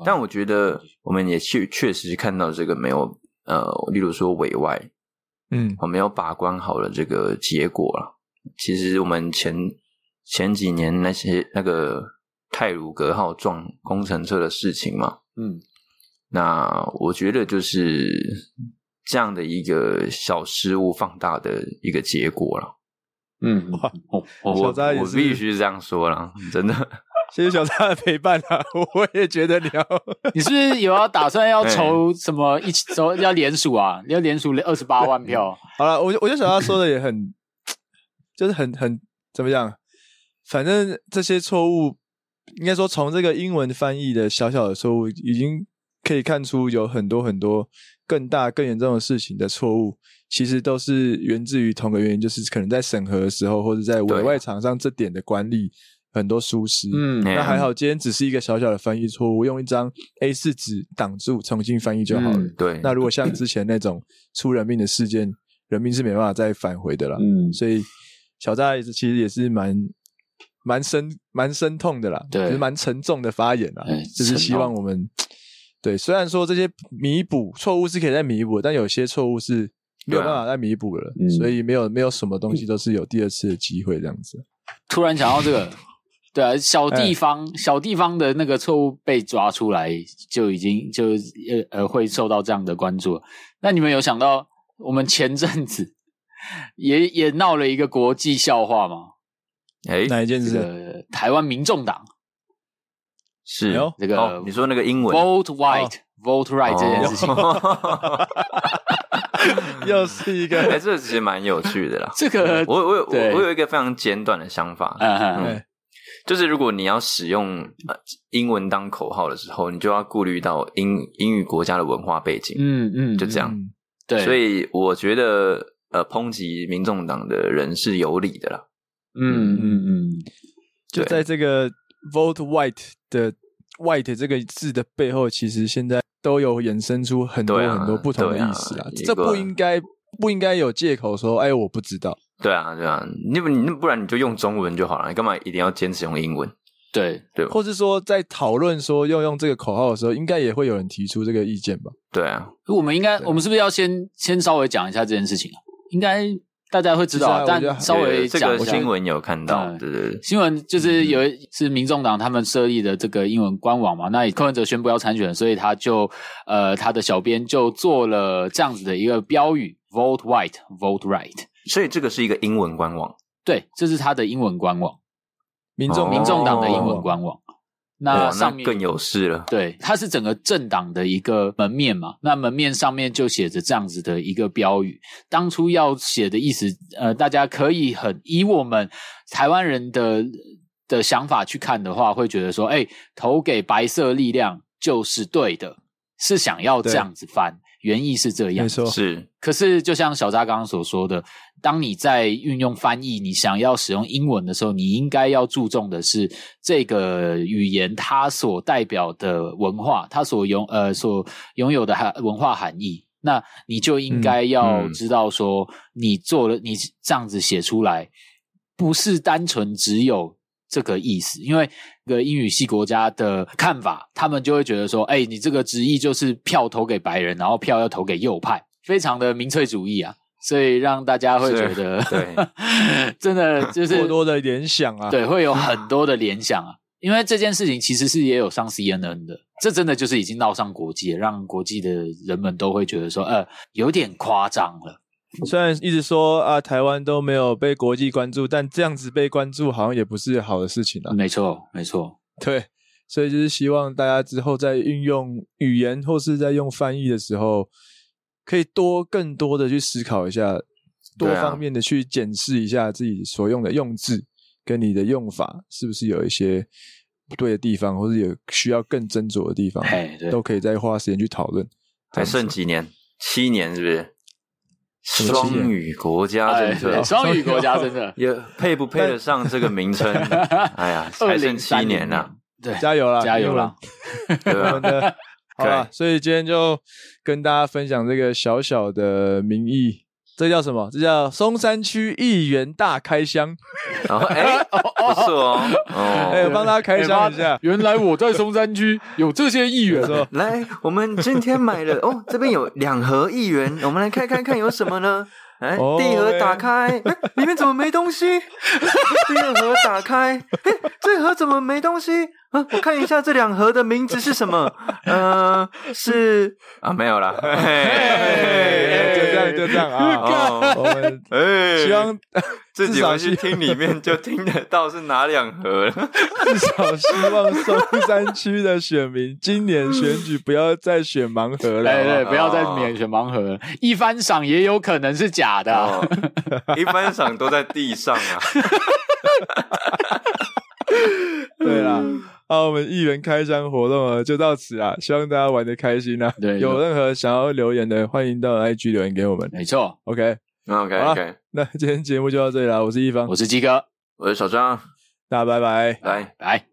Speaker 3: 但我觉得我们也确确实看到这个没有呃，例如说委外，
Speaker 1: 嗯
Speaker 3: 我没有把关好了这个结果了。其实我们前前几年那些那个泰鲁格号撞工程车的事情嘛，
Speaker 2: 嗯
Speaker 3: 那我觉得就是这样的一个小失误放大的一个结果了。
Speaker 2: 嗯，
Speaker 1: 哇
Speaker 2: 哦
Speaker 1: 小
Speaker 3: 我
Speaker 2: 哦，
Speaker 1: 扎也
Speaker 3: 我
Speaker 1: 是
Speaker 3: 必须这样说了，真的。
Speaker 1: 谢谢小扎的陪伴啊， 我也觉得你要
Speaker 2: 你是不是有要打算 要
Speaker 3: 对
Speaker 2: 筹什么一起筹要联署啊？要联署二十八万票，
Speaker 1: 好了，我就我就想要说的也很，就是很很怎么讲，反正这些错误，应该说从这个英文翻译的小小的错误，已经可以看出有很多很多更大更严重的事情的错误，其实都是源自于同个原因，就是可能在审核的时候或者在
Speaker 3: 对
Speaker 1: 委
Speaker 3: 啊
Speaker 1: 外厂商这点的管理很多疏失。
Speaker 2: 嗯
Speaker 3: 哎
Speaker 1: 那
Speaker 3: 呀
Speaker 1: 还好，今天只是一个小小的翻译错误，用一张 A 4纸挡住，重新翻译就好了。
Speaker 2: 嗯
Speaker 3: 对，
Speaker 1: 那如果像之前那种出人命的事件，人命是没办法再返回的啦。
Speaker 2: 嗯，
Speaker 1: 所以小扎也是其实也是蛮蛮深蛮深痛的啦，
Speaker 2: 对
Speaker 1: 就是蛮沉重的发言啦
Speaker 2: 哎，
Speaker 1: 就是希
Speaker 2: 沉
Speaker 1: 望我们对，虽然说这些弥补错误是可以再弥补的，但有些错误是没有
Speaker 3: 对啊
Speaker 1: 办法再弥补了，
Speaker 2: 嗯
Speaker 1: 所以没有没有什么东西都是有第二次的机会这样子。
Speaker 2: 突然想到这个，对啊，小地方、小地方的那个错误被抓出来，就已经就呃呃会受到这样的关注了。那你们有想到我们前阵子 也也闹了一个国际笑话吗？
Speaker 3: 哎，
Speaker 1: 哪一件
Speaker 2: 这
Speaker 1: 事？
Speaker 2: 个台湾民众党
Speaker 3: 是
Speaker 1: 哎呦
Speaker 2: 这个
Speaker 3: 哦你说那个英文
Speaker 2: vote right、vote right 这件事 情，
Speaker 3: 哦
Speaker 1: 又是 一
Speaker 3: 哎，
Speaker 1: 个，
Speaker 3: 这其实蛮有趣的啦。
Speaker 2: 这 个
Speaker 3: 我我有我
Speaker 2: 对
Speaker 3: 我有一个非常简短的想法，
Speaker 2: 嗯嗯
Speaker 1: 哎，
Speaker 3: 就是如果你要使用呃英文当口号的时候，你就要顾虑到英英语国家的文化背景，
Speaker 2: 嗯嗯，
Speaker 3: 就这样。
Speaker 1: 嗯
Speaker 2: 对，
Speaker 3: 所以我觉得呃，抨击民众党的人是有理的啦。
Speaker 2: 嗯嗯嗯，
Speaker 1: 就
Speaker 3: 对
Speaker 1: 在这个 vote white 的 white 这个字的背后，其实现在都有衍生出很多
Speaker 3: 对啊
Speaker 1: 很多不同的
Speaker 3: 对啊
Speaker 1: 意思啦。
Speaker 3: 一个
Speaker 1: 这不应该不应该有借口说，哎，我不知道。
Speaker 3: 对啊，对啊，你不你不然你就用中文就好了，你干嘛一定要坚持用英文？
Speaker 2: 对
Speaker 3: 对吧？
Speaker 1: 或是说，在讨论说要用这个口号的时候，应该也会有人提出这个意见吧？
Speaker 3: 对啊，
Speaker 2: 我们应该，
Speaker 1: 对
Speaker 2: 我们是不是要先先稍微讲一下这件事情啊？应该大家会知道
Speaker 1: 其
Speaker 2: 啊，
Speaker 1: 实啊我觉得
Speaker 2: 但稍微
Speaker 3: 对这
Speaker 2: 讲
Speaker 3: 个
Speaker 2: 一下。
Speaker 3: 新闻有看到，
Speaker 2: 嗯
Speaker 3: 对对对，
Speaker 2: 新闻就是有一是民众党他们设立的这个英文官网嘛，那柯文哲宣布要参选，所以他就呃他的小编就做了这样子的一个标语：Vote White, Vote Right。
Speaker 3: 所以这个是一个英文官网，
Speaker 2: 对，这是他的英文官网，
Speaker 1: 民众
Speaker 3: 哦
Speaker 2: 民众党的英文官网。那
Speaker 3: 哇，那
Speaker 2: 啊上面
Speaker 3: 更有事了。
Speaker 2: 对，它是整个政党的一个门面嘛。那门面上面就写着这样子的一个标语。当初要写的意思，呃，大家可以很以我们台湾人的的想法去看的话，会觉得说，哎，投给白色力量就是对的，是想要这样子翻，原意是这样
Speaker 1: 没。错，
Speaker 3: 是，
Speaker 2: 可是，就像小扎刚刚所说的，当你在运用翻译，你想要使用英文的时候，你应该要注重的是这个语言它所代表的文化，它所拥呃所拥有的含文化含义。那你就应该要
Speaker 1: 嗯
Speaker 2: 知道说，你做了你这样子写出来，不是单纯只有这个意思，因为一个英语系国家的看法，他们就会觉得说，哎、你这个直译就是票投给白人，然后票要投给右派，非常的民粹主义啊，所以让大家会觉得，
Speaker 3: 对，
Speaker 2: 真的就是
Speaker 1: 过多的联想啊，
Speaker 2: 对，会有很多的联想啊。因为这件事情其实是也有上 CNN 的，这真的就是已经闹上国际了，让国际的人们都会觉得说，呃，有点夸张了。
Speaker 1: 虽然一直说啊，台湾都没有被国际关注，但这样子被关注好像也不是好的事情啊。
Speaker 2: 没错，没错，
Speaker 1: 对，所以就是希望大家之后在运用语言或是在用翻译的时候，可以多更多的去思考一下，多
Speaker 3: 对啊
Speaker 1: 方面的去检视一下自己所用的用字跟你的用法是不是有一些不对的地方，或是有需要更斟酌的地方，
Speaker 2: 哎，对，
Speaker 1: 嗯都可以再花时间去讨论。
Speaker 3: 还剩几年？七年是不是？
Speaker 1: 么七年
Speaker 3: 双语国家
Speaker 2: 哎
Speaker 3: 政策
Speaker 2: 对双语国家真的
Speaker 3: 也配不配得上这个名称？哎呀，还剩七
Speaker 2: 2030
Speaker 3: 年了，
Speaker 2: 对，
Speaker 1: 加油啦，
Speaker 2: 加油
Speaker 1: 英文
Speaker 2: 啦！
Speaker 3: 对 吧？
Speaker 1: 的。好了
Speaker 3: 对，
Speaker 1: 所以今天就跟大家分享这个小小的民意，这叫什么？这叫松山区议员大开箱。
Speaker 3: 然后哎，不错哦，
Speaker 1: 哎、
Speaker 3: 哦，
Speaker 1: 帮大家开箱一下。
Speaker 2: 原来我在松 山区有这些议员
Speaker 1: 没错
Speaker 3: 来，我们今天买 了哦，这边有两盒一元，我们来看看看有什么 呢？哎，
Speaker 1: 哦
Speaker 3: 第一盒打开，哎里面怎么没东西？第二盒打开，哎，这盒怎么没东西？啊，我看一下这两盒的名字是什么？呃，是啊，没有啦。
Speaker 1: 哎
Speaker 3: 哎，
Speaker 1: 就这样，就这样啊。
Speaker 3: 哦，
Speaker 1: 我们
Speaker 3: 哎，
Speaker 1: 希望
Speaker 3: 自己回
Speaker 1: 至
Speaker 3: 去
Speaker 1: 少
Speaker 3: 听里面就听得到是哪两盒了。
Speaker 1: 至少希望松山区的选民今年选举不要再选盲盒了。
Speaker 2: 哎对对，
Speaker 1: 好不好
Speaker 2: 不要再免选盲盒，一番赏也有可能是假的啊。
Speaker 3: 哦，一般赏都在地上 啊。
Speaker 1: 对啦。好，我们议员开箱活动啊，就到此啊，希望大家玩的开心啊。
Speaker 2: 对
Speaker 1: 有任何想要留言的，欢迎到 IG 留言给我们。
Speaker 2: 没错，
Speaker 1: OK，
Speaker 3: OK
Speaker 1: 好
Speaker 3: OK，
Speaker 1: 那今天节目就到这里了，我是一方
Speaker 2: 我，是鸡哥，
Speaker 3: 我是小张，
Speaker 1: 大家拜拜。
Speaker 3: 来。
Speaker 2: 来。